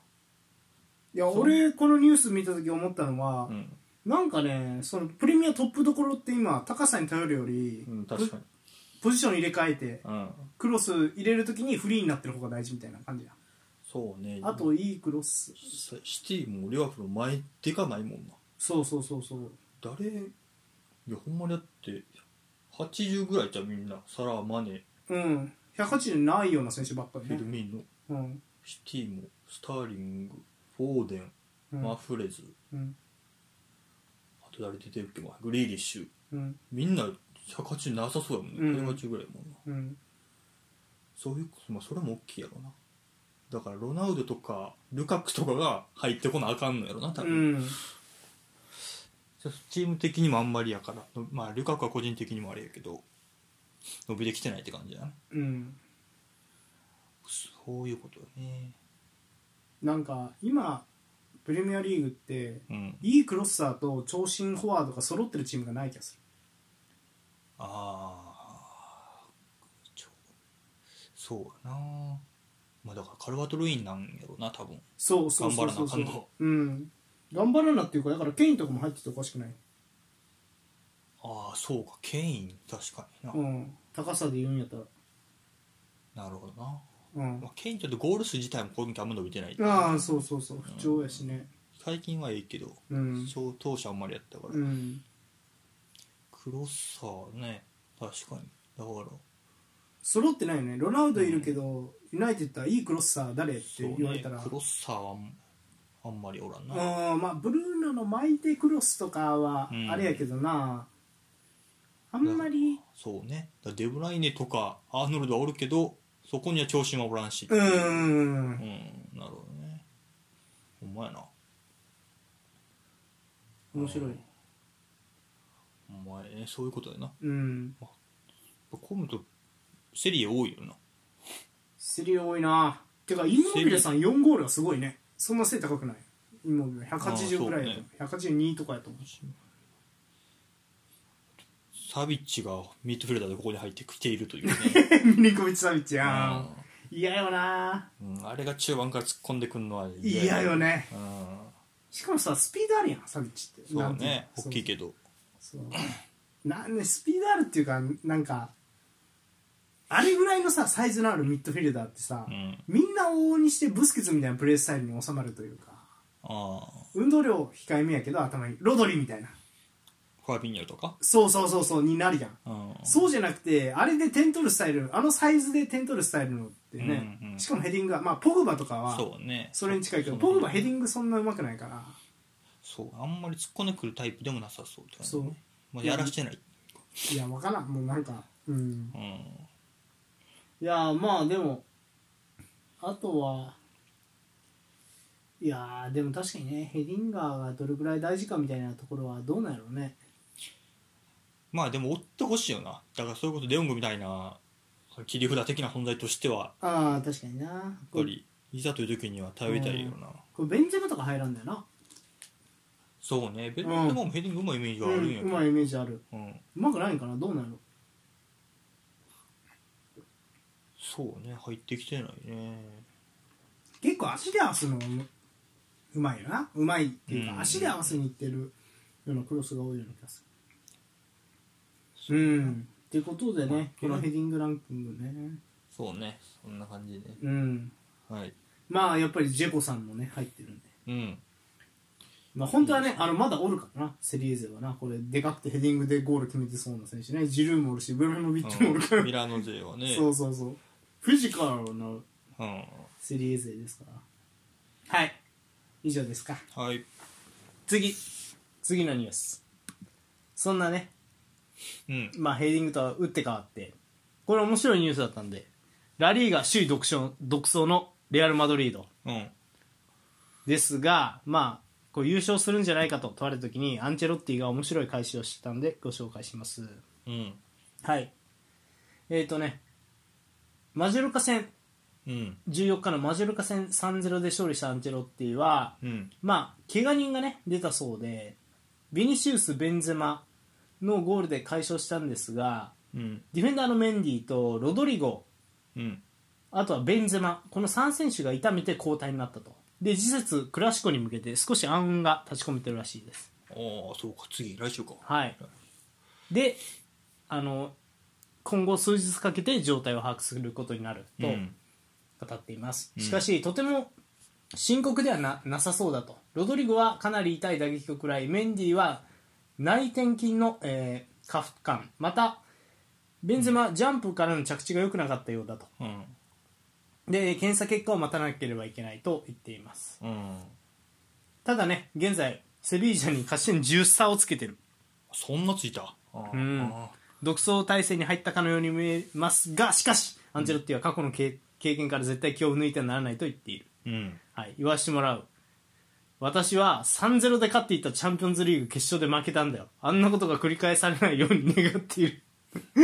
A: や
B: そう
A: 俺このニュース見た時思ったのは
B: う、ん、
A: なんかねそのプレミアトップどころって今高さに頼るより、
B: うん、確かに
A: ポジション入れ替えて
B: うん
A: クロス入れる時にフリーになってる方が大事みたいな感じや
B: そうね
A: あといいクロス
B: シシティもリワプールも前でかないもんな
A: そうそうそうそう
B: 誰いやほんまにだって80ぐらいじゃうみんなサラマネ
A: うん180ないような選手ばっかり
B: フィル
A: ね
B: ミーノ
A: うん
B: シティもスターリングフォーデン
A: うん
B: マフレズ
A: うん
B: あと誰出てるっけまあグリーリッシュ
A: うん
B: みんな180なさそうやもんね
A: うん
B: 180ぐらいやもんな
A: うん
B: そういうまあそれも大きいやろなだからロナウドとかルカクとかが入ってこなあかんのやろな多
A: う
B: 分、
A: ん
B: チーム的にもあんまりやからまあルカクは個人的にもあれやけど伸びてきてないって感じやな
A: うん
B: そういうことね
A: なんか今プレミアリーグって
B: うん
A: いいクロッサーと長身フォワードが揃ってるチームがない気がする
B: ああそうやなまあだからカルバトルインなんやろな多分
A: そうそうそうそうそう
B: 頑張らなあか
A: うん頑張らなっていうかだからケインとかも入ってておかしくない、
B: ああそうかケイン確かにな、
A: うん、高さで言うんやったら
B: なるほどな、
A: うん
B: まあ、ケインちょっとゴール数自体も攻撃あんま伸びてない
A: ああそうそうそう不調やしね
B: 最近はいいけど、
A: うん
B: そう当初あんまりやったから、
A: うん
B: クロッサーね確かにだから
A: 揃ってないよねロナウドいるけど、ユナイテッドはいいクロッサー誰って
B: そう
A: 言われ
B: ね
A: たら
B: クロッサーはあんあんまりおらんな、
A: うんまあブルーノの巻いてクロスとかは
B: うん
A: あれやけどな、あんまり
B: そうねだからデブライネとかアーノルドはおるけどそこには長身はおらんし
A: う
B: うん
A: ん
B: なるほどねほんまやな
A: 面白い
B: ほんまやねそういうことやな
A: うん
B: コムとセリエ多いよな
A: セリエ多いなてかインモビレさん4ゴールがすごいねそんな背高くないインモビレ180ぐらいやと思う182とかやと思う
B: サビッチがミッドフィルダーでここに入ってきている というね
A: ミリコビッチサビッチやん嫌よな
B: うんうんあれが中盤から突っ込んでくるのは嫌
A: 嫌よね
B: うん
A: しかもさスピードあるやんサビッチって
B: そう
A: なんていの
B: ね大きいけど
A: そうなんねスピードあるっていうかなんかあれぐらいのさサイズのあるミッドフィルダーってさ、
B: うん
A: みんな往々にしてブスケツみたいなプレースタイルに収まるというか
B: ああ
A: 運動量控えめやけど頭にロドリみたいな
B: ファビニョとか
A: そうそうそうそうになるやん
B: うん
A: そうじゃなくてあれで点取るスタイルあのサイズで点取るスタイルのってね、
B: うんうん
A: しかもヘディングがまあポグバとかは
B: そうね
A: それに近いけど
B: そ
A: ポ
B: う
A: グバヘディングそんなうまくないから
B: そうあんまり突っ込んでくるタイプでもなさそうだよね
A: そう
B: まあ、やらしてない
A: いやわからんもうなんかうん
B: うん
A: いやーまあでもあとはいやーでも確かにねヘディンガーがどれぐらい大事かみたいなところはどうなんやろうね
B: まあでも追ってほしいよなだからそういうことデヨングみたいな切り札的な存在としては
A: ああ確かになやっ
B: やっぱりいざという時には頼りたいよな、
A: これベンジェマとか入らんだよな
B: そうねベンゼマもヘディングうまいイメージはあるんやけ
A: う
B: ど、
A: まいイメージある
B: うん
A: うまくないんかなどうなんやろ
B: そうね入ってきてないね
A: 結構足で合わすのもうまいよなうまいっていうか、
B: うん
A: 足で合わせにいってるようなクロスが多いような気がするうんっていうことでねこのヘディングランキングね
B: そうねそんな感じで
A: うん
B: はい
A: まあやっぱりジェコさんもね入ってるんで
B: うん
A: まあ本当はねあのまだおるからなセリエーゼはなこれでかくてヘディングでゴール決めてそうな選手ねジルーもおるしブレモビッチもおるから、
B: う んミラノ勢はね
A: そうそうそうフィジカルな
B: うん
A: セリエーゼですからはい以上ですか
B: はい
A: 次次のニュースそんなね
B: うん
A: まあヘディングとは打って変わってこれ面白いニュースだったんでラリーが首位独走独走のレアル・マドリード
B: うん
A: ですがまあこう優勝するんじゃないかと問われた時にアンチェロッティが面白い開始をしてたんでご紹介します
B: うん
A: はいえっ、ー、とねマジョルカ戦
B: うん
A: 14日のマジョルカ戦3-0で勝利したアンチェロッティは
B: うん
A: まあ、怪我人がね、出たそうで、ビニシウス・ベンゼマのゴールで解消したんですが、
B: うん
A: ディフェンダーのメンディとロドリゴ、
B: うん
A: あとはベンゼマ、この3選手が痛めて交代になったと。で、次節、クラシコに向けて少し暗雲が立ち込めてるらしいです。
B: ああそうか次来週か
A: はい。で、あの、今後数日かけて状態を把握することになると
B: うん
A: 語っています。しかし、とても深刻ではななさそうだとロドリゴはかなり痛い打撃を食らいメンディは内転筋の、えー、下腹間またベンゼマ、ジャンプからの着地が良くなかったようだと
B: うん
A: で検査結果を待たなければいけないと言っています
B: うん
A: ただね現在セビージャに勝ち点10差をつけてる
B: そんなついたああ
A: うん独走体制に入ったかのように見えますがしかしアンジェロッティは過去の経経験から絶対気を抜いてはならないと言っている
B: うん
A: はい、言わしてもらう私は3-0で勝っていたチャンピオンズリーグ決勝で負けたんだよあんなことが繰り返されないように願っている
B: な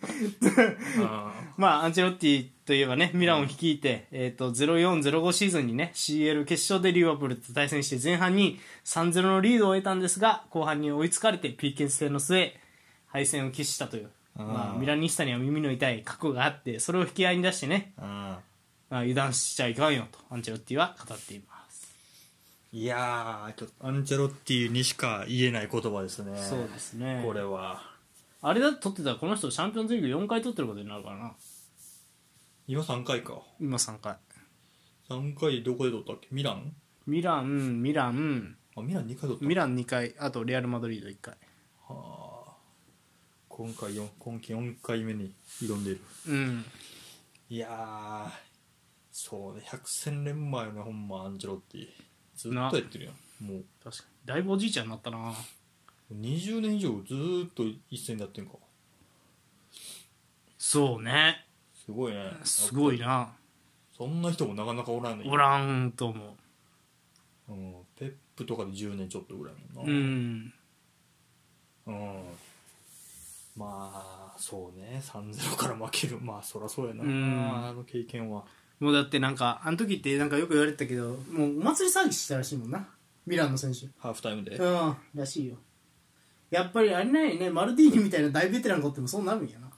B: るほどああ
A: まあアンチェロッティといえばね、ミランを率いて、えっ、と、0405シーズンにね、CL 決勝でリバプールと対戦して前半に3-0のリードを得たんですが、後半に追いつかれて PK 戦の末、敗戦を喫したという、
B: うん
A: まあ、ミラニスタには耳の痛い過去があって、それを引き合いに出してね、
B: うん
A: まあ、油断しちゃいかんよと、アンチェロッティは語っています。
B: いやーちょっとアンチェロッティにしか言えない言葉ですね
A: そうですね。
B: これは
A: あれだと取ってたら、この人チャンピオンズリーグ4回取ってることになるからな。
B: 今3回か
A: 今3回。
B: 3回どこで取ったっけミラン
A: ミラン、ミラン、
B: あミラン2回取った
A: ミラン2回、あとレアル・マドリード1回。
B: はあ今回四今季4回目に挑んでいる
A: うん。
B: いやーそうね百戦錬磨よねほんまアンジェロッティずっとやってるやんもう
A: 確かに。だいぶおじいちゃんになったな。
B: 20年以上ずーっと一戦でやってんか
A: そうね。
B: すごいね
A: すごいな。
B: そんな人もなかなかおらんね
A: おらんと思
B: うん、ペップとかで10年ちょっとぐらいやも
A: う。うんん。
B: なうん、まあそうね3-0から負けるまあそらそうやな、
A: うん
B: あの経験は
A: もうだってなんか、あの時ってなんかよく言われてたけど、もうお祭り騒ぎしてたらしいもんな。ミランの選手。
B: ハーフタイムで
A: うん、らしいよ。やっぱりあれないよね、マルディーニみたいな大ベテランがおってもそうなるんやな。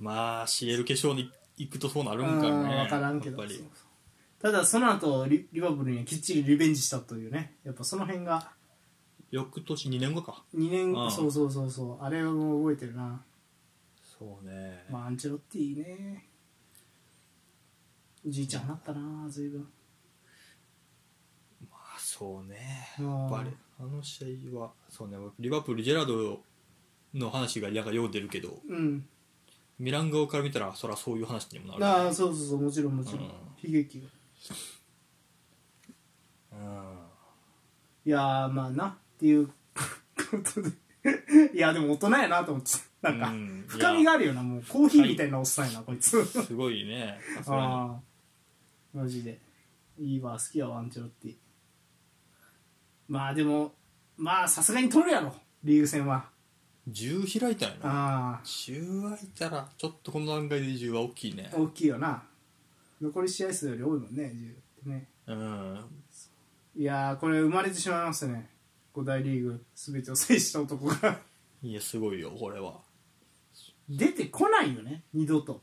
B: まあ CL 決勝に行くとそうなるんか
A: うん
B: ね
A: 分からんけど
B: やっぱり
A: そうそうただその後リリバプールにはきっちりリベンジしたというねやっぱその辺が
B: 翌年2年後か
A: 2年
B: うん
A: そうそうそうそうあれはもう覚えてるな
B: そうね、
A: まあアンチェロッティねおじいちゃんなったな随分
B: あそうね
A: うん
B: やっぱりあの試合はそうねリバプールジェラードの話がなんかよう出るけど
A: うん
B: ミラン側から見たらそらそういう話にもなる
A: ああそうそうそうもちろんもちろん
B: うん
A: 悲劇が
B: うん
A: いやーまあなっていうことでいやでも大人やなと思ってなんか
B: うん
A: 深みがあるよなもうコーヒーみたいなおっさんやなこいつ
B: すごいねさすがに
A: ああマジでいいわ好きやわアンチェロッティまあでもまあさすがに取るやろリーグ戦は
B: 10開いたんや
A: あ
B: な10開いたらちょっとこの段階で10は大きいね
A: あ大きいよな残り試合数より多いもんね10ってね
B: うん
A: いやーこれ生まれてしまいましたね5大リーグ全てを制した男が
B: いやすごいよこれは
A: 出てこないよね二度と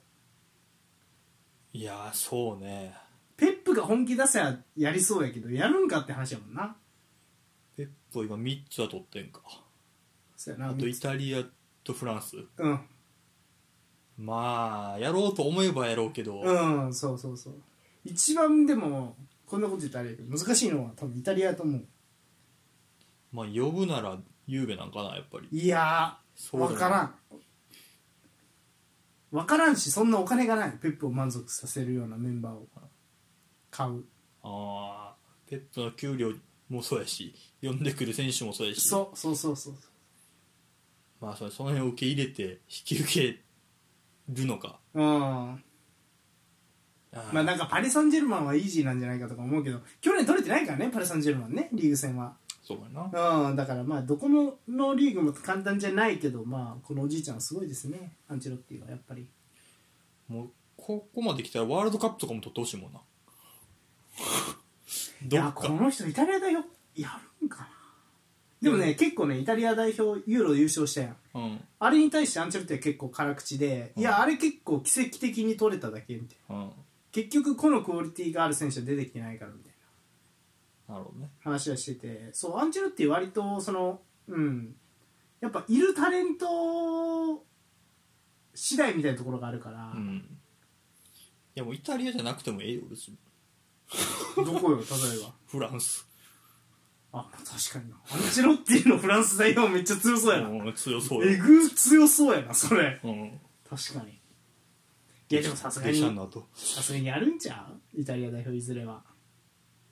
B: いやそうね
A: ペップが本気出せばやりそうやけどやるんかって話やもんな
B: ペッポ今3つは取ってんか
A: そうやな
B: あとイタリアとフランス
A: うん
B: まあやろうと思えばやろうけど、
A: うんそうそうそう一番でもこんなこと言ったらあれやけど難しいのは多分イタリアだと思う
B: まあ呼ぶならゆうべなんかなやっぱり
A: いやー
B: そうだね
A: 分からん分からんしそんなお金がないペップを満足させるようなメンバーを買う
B: ああペップの給料もそうやし呼んでくる選手もそうやし
A: そうそうそうそう
B: まあそれその辺を受け入れて引き受けるのか
A: うんま
B: あ
A: あなんかパリ・サンジェルマンはイージーなんじゃないかとか思うけど去年取れてないからねパリ・サンジェルマンねリーグ戦は
B: そうやな
A: うんだからまあどこののリーグも簡単じゃないけどまあこのおじいちゃんはすごいですねアンチェロッティはやっぱり
B: もうここまで来たらワールドカップとかも取ってほしいもんな ど
A: いや
B: っ
A: こ
B: か
A: の人イタリア代表やるんかなでもね、結構ねイタリア代表ユーロ優勝したやん
B: うん
A: あれに対してアンチェルティは結構辛口で、いやあれ結構奇跡的に取れただけみたいな
B: うん
A: 結局このクオリティがある選手は出てきてないからみたいな
B: なるほどね
A: 話はしててそうアンチェルティは割とそのうんやっぱいるタレント次第みたいなところがあるから
B: う、んいやもうイタリアじゃなくてもええよ別に
A: どこよ例えば
B: フランス
A: あ確かになアンチェロッティのフランス代表めっちゃ強そうやな、
B: うん強そう
A: え
B: や
A: ぐ強そうやなそれ
B: うん
A: 確かにいやでもさすが
B: デシャン
A: に
B: の後
A: さすがにやるんちゃうイタリア代表いずれは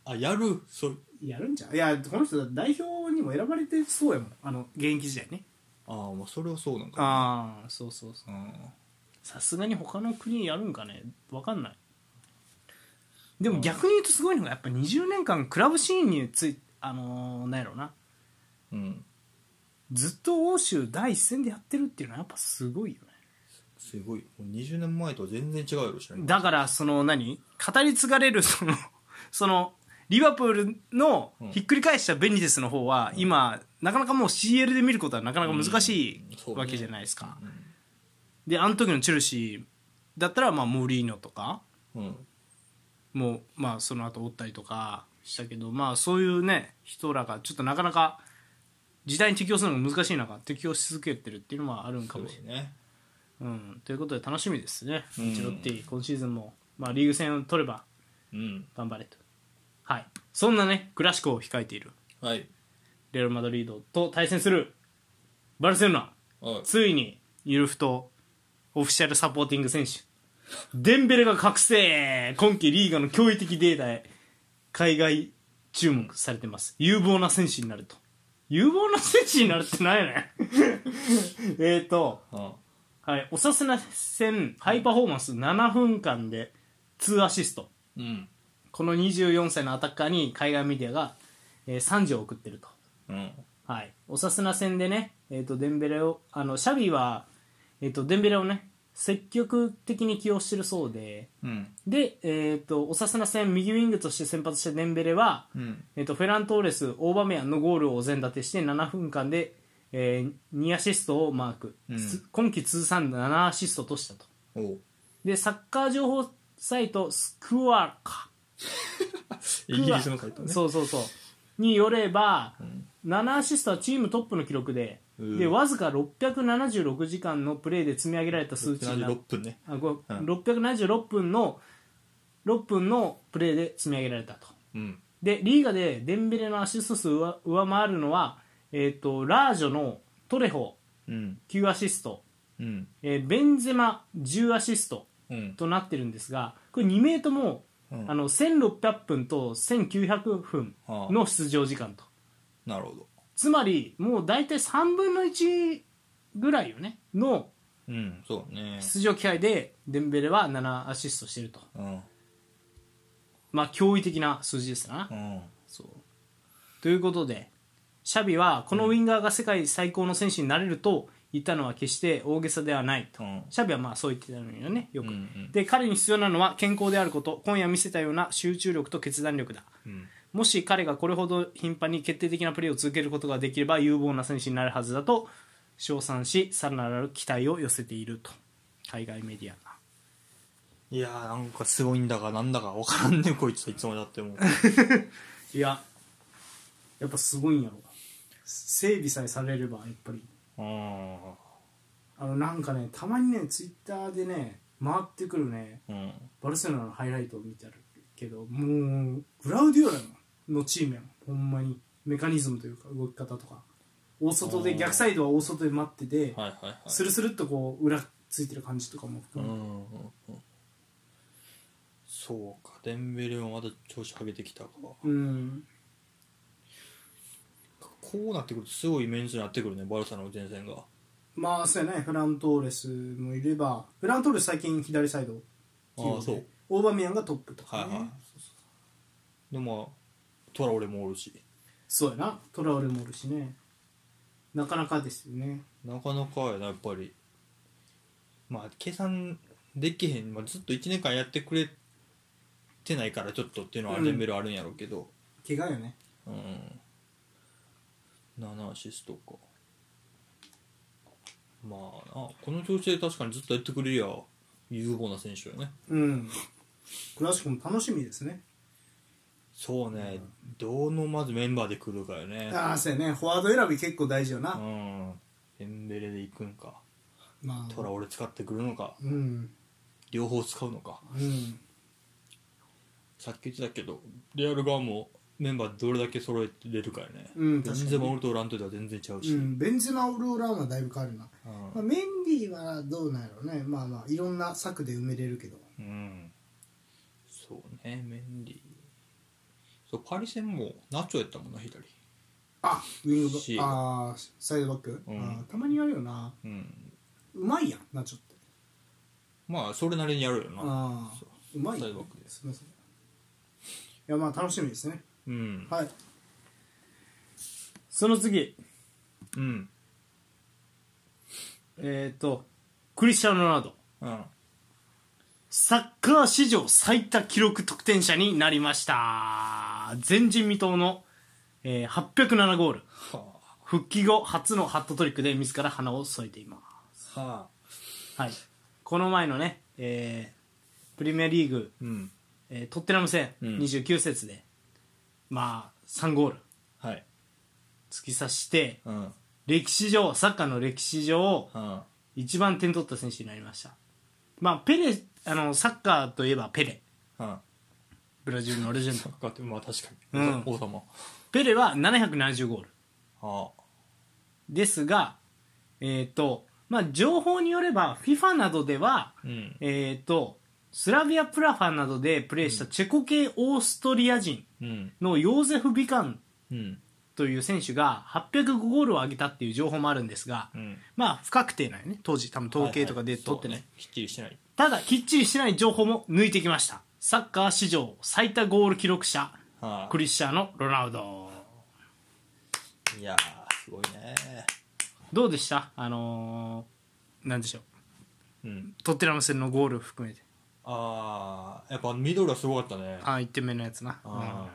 B: あやるそう
A: やるんちゃういやこの人代表にも選ばれてそうやもんあの現役時代ね
B: ああまあそれはそうなんかな
A: ああそうそうそう
B: うん
A: さすがに他の国やるんかね分かんないでも逆に言うとすごいのがやっぱ20年間クラブシーンについあのー、なんやろうな
B: うん
A: ずっと欧州第一線でやってるっていうのはやっぱすごいよね
B: すごいもう20年前とは全然違うやろしない
A: だからその何語り継がれる そのそのリバプールの
B: うん
A: ひっくり返したベニテスの方は今なかなかもう CL で見ることはなかなか難し
B: うんそ
A: いう
B: ね
A: わけじゃないですか
B: うん
A: であの時のチェルシーだったらまあモーリーノとか
B: うん
A: もうまあその後おったりとかしたけどまあそういうね人らがちょっとなかなか時代に適応するのが難しい中適応し続けてるっていうのはあるんか
B: そう
A: も
B: で
A: しれない
B: すね
A: うん、ということで楽しみですね、
B: うん
A: チロッティ、今シーズンも、まあ、リーグ戦を取れば
B: うん
A: 頑張れと、はい、そんなね、クラシコを控えている
B: はい
A: レアル・マドリードと対戦するバルセロナ、
B: はい
A: ついにユルフとオフィシャルサポーティング選手、デンベレが覚醒、今季リーガの驚異的データへ海外注目されてます、有望な選手になると、有望な選手になるってないよね。 えーと
B: あ
A: はい、おさすな戦ハイパフォーマンス7分間で2アシスト
B: うん
A: この24歳のアタッカーに海外メディアが、えー、賛辞を送ってると、
B: うん
A: はい、おさすな戦でね、えー、とデンベレをあのシャビは、えー、とデンベレをね積極的に起用してるそうで
B: うん
A: で、えー、とおさすな戦右ウィングとして先発したデンベレは、
B: うん
A: えー、とフェラントーレスオーバメアンのゴールをお膳立てして7分間で、え2アシストをマーク、
B: うん
A: つ今季通算7アシストとしたと
B: おう
A: でサッカー情報サイトスクワカ
B: イギリスのサイトね
A: そうそうそうによれば、
B: ん
A: 7アシストはチームトップの記録で、
B: うん
A: でわずか676時間のプレーで積み上げられた数値にな
B: 76分ね
A: あご
B: うん
A: 676分の6分のプレーで積み上げられたと
B: うん
A: でリーガでデンベレのアシスト数を上上回るのは、えー、とラージョのトレホ
B: うん
A: 9アシスト、
B: うん
A: えーベンゼマ10アシスト
B: うん
A: となってるんですがこれ2名とも
B: うん
A: あの1600分と1900分の出場時間と
B: なるほど
A: つまりもう大体3分の1ぐらいよねの
B: うんそうね
A: 出場機会でデンベレは7アシストしてると
B: うん
A: まあ驚異的な数字ですな
B: うん
A: そうということでシャビはこのウィンガーが世界最高の選手になれると言ったのは決して大げさではないと
B: うん
A: シャビはまあそう言ってたのよねよく、
B: うんうん
A: で彼に必要なのは健康であること今夜見せたような集中力と決断力だ
B: うん
A: もし彼がこれほど頻繁に決定的なプレーを続けることができれば有望な選手になるはずだと称賛しさらなる期待を寄せていると海外メディアが
B: いやーなんかすごいんだかなんだか分からんねこいつはいつまでだってもう
A: いややっぱすごいんやろ整備さえされればやっぱり
B: あ
A: あのなんかねたまにねツイッターでね回ってくるね
B: あうん
A: バルセロナのハイライトを見てあるけどもうグラウディオラのチームやもんほんまにメカニズムというか動き方とか大外で逆サイドは大外で待ってて
B: はいはいはい
A: スルスルっとこう裏ついてる感じとかも
B: う
A: 含
B: んう
A: め、
B: んうんそうかデンベレもまだ調子上げてきたか
A: うん
B: こうなってくるとすごいメンツになってくるねバルサの前線が
A: まあそうやねフラントーレスもいればフラントーレス最近左サイド起用で
B: ああそう
A: オーバーミヤンがトップと
B: はい
A: か、
B: はい
A: ね、
B: でもトラオレもおるし
A: そうやなトラオレもおるしねなかなかですよね
B: なかなかやなやっぱりまあ計算できへん、まあ、ずっと1年間やってくれてないからちょっとっていうのは
A: うん
B: レベルあるんやろうけど
A: 怪我よね
B: うん、7アシストかまあなこの調子で確かにずっとやってくれりゃ有望な選手よね
A: うんクラシックも楽しみですね
B: そうね、どのまずメンバーで来るかよね
A: ああそうやねフォワード選び結構大事よな、
B: うんエンベレで行くんか
A: まあ
B: トラオレ使ってくるのか
A: うん
B: 両方使うのか
A: うん
B: さっき言ってたけどレアル側もメンバーどれだけ揃えてれるかよね、
A: うん
B: ベン
A: 確か
B: ゼ
A: に
B: マオルとオランとでは全然違うし、
A: うん、ベンゼマ・オルオランはだいぶ変わるな、まあ、
B: うん
A: メンディーはどうなんやろうねまあまあいろんな策で埋めれるけど
B: うんそうねメンディーそうパリ戦もナチョやったもんな左
A: あウィングバ
B: シー
A: ック
B: ル
A: あーサイドバック、
B: うん
A: あーたまにやるよな
B: うん
A: うまいやんナチョって
B: まあそれなりにやるよな
A: ああ
B: そう
A: うまい
B: サイドバックです
A: すみませんいやまあ楽しみですね
B: うん
A: はいその次
B: うん
A: えっ、とクリスチャン・ロナウド
B: うん
A: サッカー史上最多記録得点者になりました前人未到の、えー807ゴール
B: はあ
A: 復帰後初のハットトリックで自ら花を添えています
B: はあ
A: はい、この前のね、えープレミアリーグ、
B: うん
A: えートッテナム戦、
B: うん
A: 29節で、まあ、3ゴール
B: はい
A: 突き刺して
B: うんうん
A: 歴史上サッカーの歴史上
B: は
A: 一番点取った選手になりました、まあ、ペレあのサッカーといえばペレ
B: あ
A: ブラジルのレジェン
B: サ
A: ド
B: ッカーってまあ確か
A: う
B: に、
A: ん
B: 王様
A: ペレは770ゴール
B: は
A: ですがえっ、とまあ情報によれば FIFA などでは
B: あうん
A: えっ、とスラビア・プラハなどでプレーしたチェコ系オーストリア人、
B: うん
A: のヨーゼフ・ビカン
B: うん
A: という選手が805ゴールを挙げたっていう情報もあるんですが、
B: うん
A: まあ不確定なんよね当時多分統計とかで取ってない、
B: ははそうねきっちりしてない
A: ただきっちりしてない情報も抜いてきましたサッカー史上最多ゴール記録者
B: は
A: クリスチャーノ・ロナウド
B: あいやーすごいね
A: どうでしたあのー、なんでしょう
B: うん
A: トッテナム戦のゴール含めて
B: ああやっぱミドルはすごかったね
A: あ1点目のやつな、
B: あ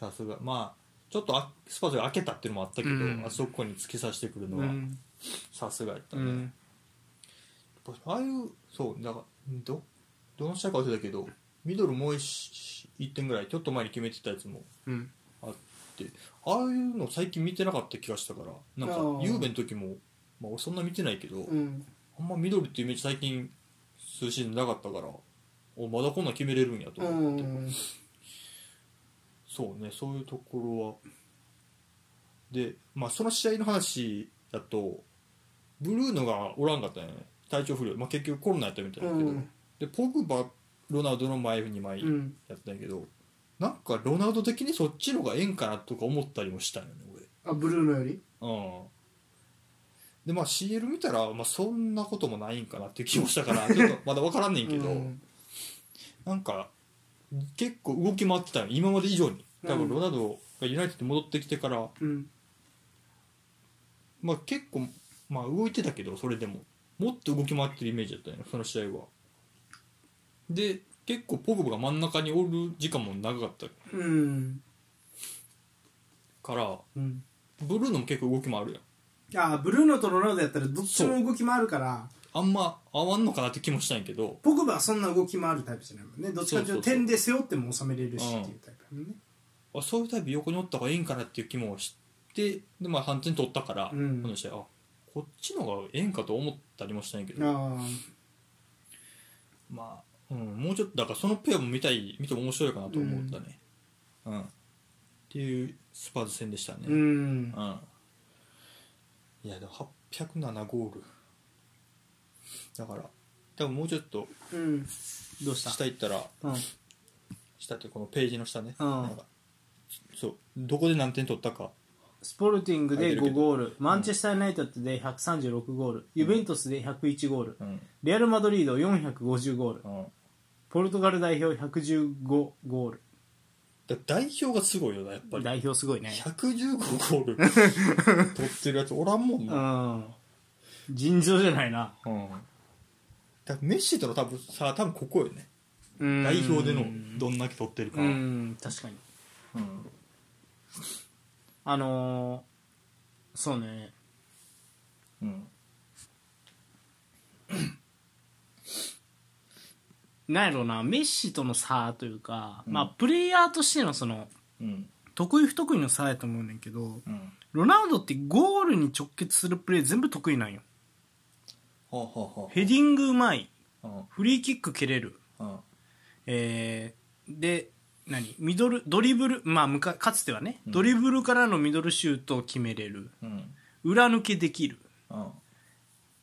B: ーさすがまあちょっとあスパスが開けたっていうのもあったけど、
A: うん
B: あそこに突き刺してくる
A: う
B: の
A: んう
B: は
A: ん
B: さすがやった
A: う
B: ね、
A: ん
B: ああいうそうだからんどどの試合か忘れたけどミドルもう 1, 点ぐらいちょっと前に決めてたやつも
A: うん
B: あってああいうの最近見てなかった気がしたからなん
A: あー
B: かゆうべの時も、まあ、俺そんな見てないけど、
A: うん
B: あんまミドルっていうイメージ最近数シーズンなかったからおまだこんなん決めれるんやと
A: う
B: 思って、
A: ん
B: そうねそういうところはでまあその試合の話だとブルーノがおらんかったよね体調不良、まあ、結局コロナやったみたいだけど、
A: うん
B: でポグバロナウドの前2枚
A: うん
B: やったんやけど、なんかロナウド的にそっちの方がええんかなとか思ったりもしたんよね
A: あブルーノより
B: 俺うんでまあ CL 見たら、まあ、そんなこともないんかなっていう気もしたからちょっとまだ分からんねんけど、
A: うん
B: なんか結構動き回ってたよ今まで以上に多
A: う
B: 分
A: ん
B: ロナウドがユナイテッドに戻ってきてから、
A: うん
B: まあ、結構、まあ、動いてたけどそれでももっと動き回ってるイメージだったよねその試合はで結構ポグバが真ん中におる時間も長かった
A: うん
B: から
A: うん
B: ブルーノも結構動き回るやん
A: ああブルーノとロナウドやったらどっちも動き回るから
B: あんま合わんのかなって気もしたんやけど
A: ポグバはそんな動き回るタイプじゃないもんねどっちかというと
B: そうそうそう
A: 点で背負っても収めれるしっていうタイプだもんね
B: あそういうタイプ横におった方がいいんかなっていう気もしてで、まあ、反転取ったから、
A: うん
B: この試合あこっちの方がええんかと思ったりもしたんやけど
A: あ
B: まあ、うん、もうちょっとだからそのペアも見たい見ても面白いかなと思ったねうん、っていうスパーズ戦でしたね
A: あうん
B: うんいやでも807ゴールだから多分もうちょっと
A: うんどうした
B: 下行ったら
A: うん
B: 下ってこのページの下ね、
A: うん
B: なんかそうどこで何点取ったか
A: スポルティング
B: 入っ
A: で
B: てるけ
A: 5
B: ど
A: ゴールマンチェスター・ユナイテッドで136ゴールユベントスで101ゴール
B: うん
A: レアル・マドリード450ゴール
B: うん
A: ポルトガル代表115ゴール
B: だ代表がすごいよなやっぱり
A: 代表すごいね
B: 115ゴー ル取ってるやつおらんもんな、
A: うん尋常じゃないな
B: うん、だメッシとの多分さ多分ここよね
A: うん
B: 代表でのどんだけ取ってるか、
A: うん確かに
B: うん
A: あのー、そうね
B: うん
A: なんやろうなメッシとの差というか、
B: うん
A: まあプレイヤーとしてのその
B: うん
A: 得意不得意の差やと思うねんけど
B: うん
A: ロナウドってゴールに直結するプレー全部得意なんよ
B: はあ、はあは
A: ヘディングうまい
B: あ、うん
A: フリーキック蹴れる
B: うん
A: えー、で何ミドルドリブルまあむかかつてはね、
B: うん
A: ドリブルからのミドルシュートを決めれる
B: うん
A: 裏抜けできる
B: うん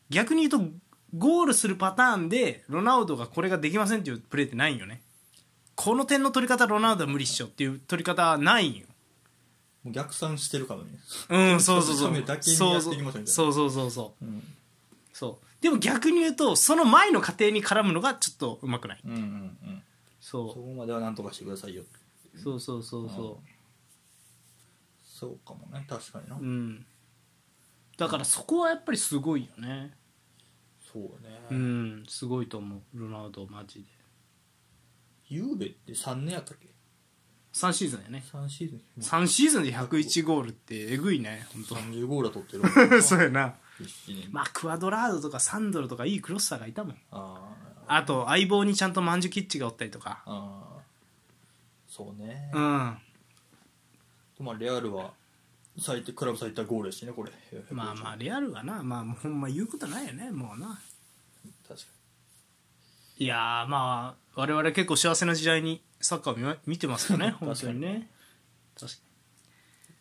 A: 逆に言うとゴールするパターンでロナウドがこれができませんっていうプレーってないんよねこの点の取り方ロナウドは無理っしょっていう取り方はないんよ
B: もう逆算してるからね
A: うんそうそうそう
B: カメだけに
A: そう
B: やって
A: そう
B: いきましょうみたいな
A: そうそうそうそう
B: うん
A: そうでも逆に言うとその前の過程に絡むのがちょっとうまくない
B: うんうんうんそ
A: そ
B: こまではなんとかしてくださいよ
A: うそうそうそうそ
B: そうかもね確かにな、
A: ううんだからそこはやっぱりすごいよね
B: そうね、
A: うんすごいと思うロナウドマジで
B: ゆうべって3年やったっけ
A: 3シーズンやね
B: 3シーズン
A: 3シーズンで101ゴールってえぐいね本当
B: 30ゴールは取ってるもん な
A: そうやな
B: 必死に、
A: まあクアドラードとかサンドロとかいいクロスターがいたもん
B: あー
A: あと相棒にちゃんとマンジュキッチがおったりとか
B: あーそうね、
A: うん
B: まあレアルは最低クラブ最多ゴールやしねこれ
A: まあまあレアルはなまあもうほんま言うことないよねもうな
B: 確か
A: いやーまあ我々結構幸せな時代にサッカーを見ま見てますよ ね本当にね確か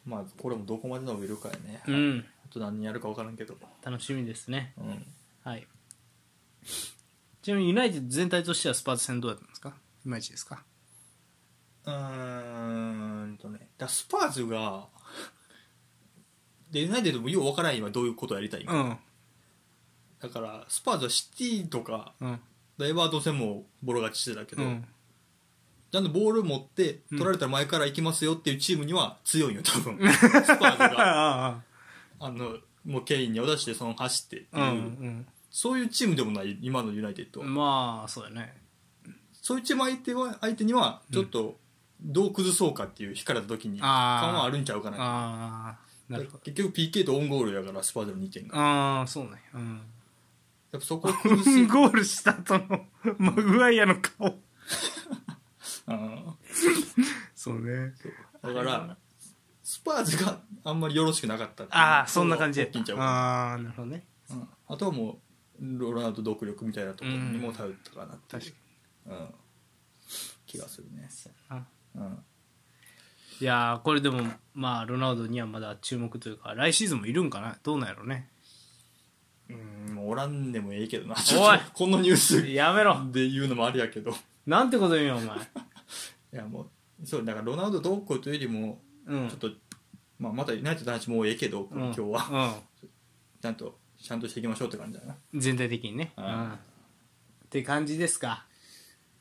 B: にまあこれもどこまで伸びるかやね、
A: にうん
B: あと何人やるか分からんけど
A: 楽しみですね
B: うん
A: はいちなみにユナイテッド全体としてはスパーズ戦どうだったんですかいまいちですか
B: うーんとねだスパーズがでないででもよう分からん今どういうことやりたいか、
A: うん
B: だからスパーズはシティとか
A: うん
B: ダイバート戦もボロ勝ちしてたけ
A: う
B: ど、
A: ん
B: ちゃんとボール持って
A: うん
B: 取られたら前から行きますよっていうチームには強いんよ多 分スパーズ
A: あ
B: が
A: あ
B: あのもうケインにお出してその走ってって
A: あ
B: いう、
A: あうん
B: そういうチームでもない今のユナイテッド
A: う
B: は、
A: んまあそうだね
B: そういうチーム相手は相手にはちょっとどう崩そうかっていう引かれた時に
A: あー
B: 感はあるんちゃうかな
A: ああなるほど
B: 結局 PK とオウンゴールやからスパーズの2点が
A: ああそうねうん
B: やっぱそこを崩 す
A: ゴールした後の マグワイアの顔
B: うん
A: そうね
B: だからスパーズがあんまりよろしくなかったっていう
A: ああそんな感じ
B: 大
A: で
B: きいんちゃうかな
A: ああなるほどね
B: うんあとはもうロナウド独力みたいなところにも頼ったかなっていう
A: 確か
B: うん、気がするね、
A: あ
B: うん、
A: いやーこれでもまあロナウドにはまだ注目というか来シーズンもいるんかなどうなんやろうね
B: うんもうおらんでもええけどな
A: おい
B: このニュースで
A: やめろ
B: 言うのもあれやけどい
A: なんてこと言うんやお 前
B: やもうそうだからロナウドどうこうというよりも
A: うん
B: ちょっと、まあ、またユナイテッドの話もうええけど、
A: うん
B: 今日はちゃんとちゃんとしていきましょうって感じだな
A: うん全体的にねう
B: うん
A: んって感じですか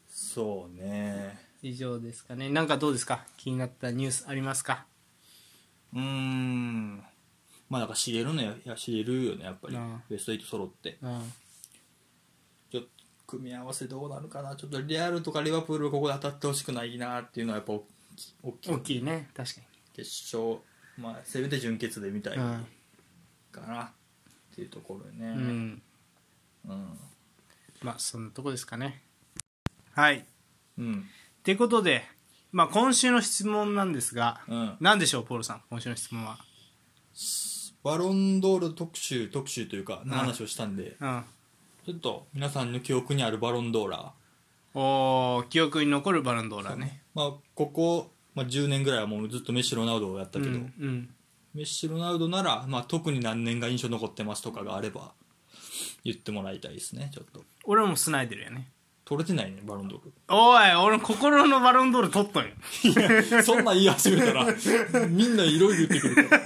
B: そうね
A: 以上ですかねなんかどうですか気になったニュースありますか
B: うーんまあだから知れるのやいや知れるよねやっぱり
A: うん
B: ベスト8揃って
A: うん
B: ちょっと組み合わせどうなるかなちょっとレアルとかリバプールここで当たってほしくないなっていうのはやっぱ大きい大きい
A: 大きいね確か
B: 決勝まあせめて準決で見たい
A: にう
B: か
A: ん
B: なっていうところよ
A: う
B: ね
A: ん
B: うん
A: まあそんなとこですかねはい
B: うん
A: ってことで、まあ、今週の質問なんですが、
B: うん
A: 何でしょうポールさん今週の質問は
B: バロンドール特集特集というかの話をしたんで
A: うん
B: ちょっと皆さんの記憶にあるバロンドーラ
A: おー記憶に残るバロンドーラ
B: ー
A: ーね
B: まあここ、まあ、10年ぐらいはもうずっとメッシ・ロナウドをやったけど、
A: うんうん
B: メッシ・ロナウドなら、まあ、特に何年が印象残ってますとかがあれば言ってもらいたいですねちょっと
A: 俺もスナイデルやね
B: 取れてないねバロンドー
A: おい俺心のバロンドール取っとんよ
B: ルそんなん言い忘れたらみんないろいろ言ってくるか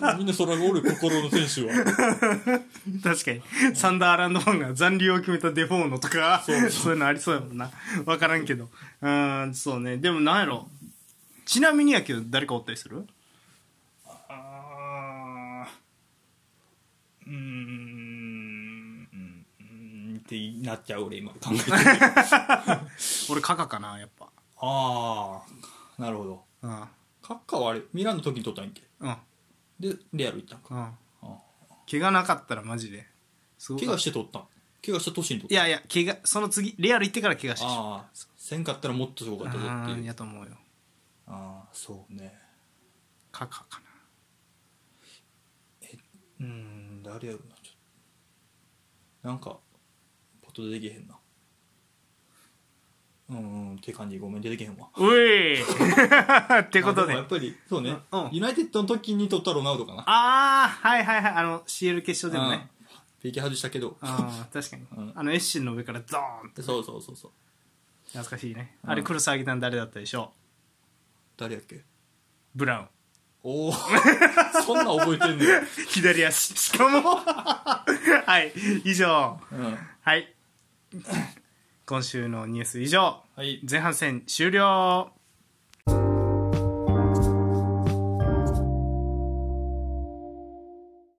B: ら みんなそらおる心の選手は
A: 確かにサンダーアランドファンが残留を決めたデフォーノとかそういうのありそうやもんな分からんけどうーんそうねでもなんやろちなみにやけど誰かおったりする
B: あーうーんうんってなっちゃう俺今考えてる
A: 俺カカかなやっぱ
B: ああなるほど
A: う
B: カッカはあれミランの時に取ったんやっけ
A: んうん
B: でレアル行ったんか
A: うん
B: あ
A: 怪我なかったらマジですごかっ
B: 怪
A: た
B: 我して取ったん怪我した年に取
A: い
B: った
A: やいや怪我その次レアル行ってから怪我してしまう
B: ああせんかったらもっとすごかったぞって
A: う
B: い
A: ん
B: う
A: やと思うよ
B: ああそうね
A: カカかな
B: うん誰やろなちょっとなんかポッと出てけへんなうんうんって感じごめん出てけへんわ
A: うい ってこと
B: あ
A: で
B: もやっぱりそうね、
A: うん
B: ユナイテッドの時に取ったロナウドかな
A: ああはいはいはいあの CL 決勝でもね
B: うん PK 外したけど
A: あー確かに、
B: うん
A: あのエッシンの上からドーンって
B: そうそうそうそう
A: 懐かしいね、
B: うん
A: あれクロス上げたの誰だったでしょ
B: 誰やっけ
A: うブラウン
B: おお そんな覚えてんね
A: 左足しかも はい以上
B: ん、うん、
A: はい今週のニュース以上
B: はい
A: 前半戦終了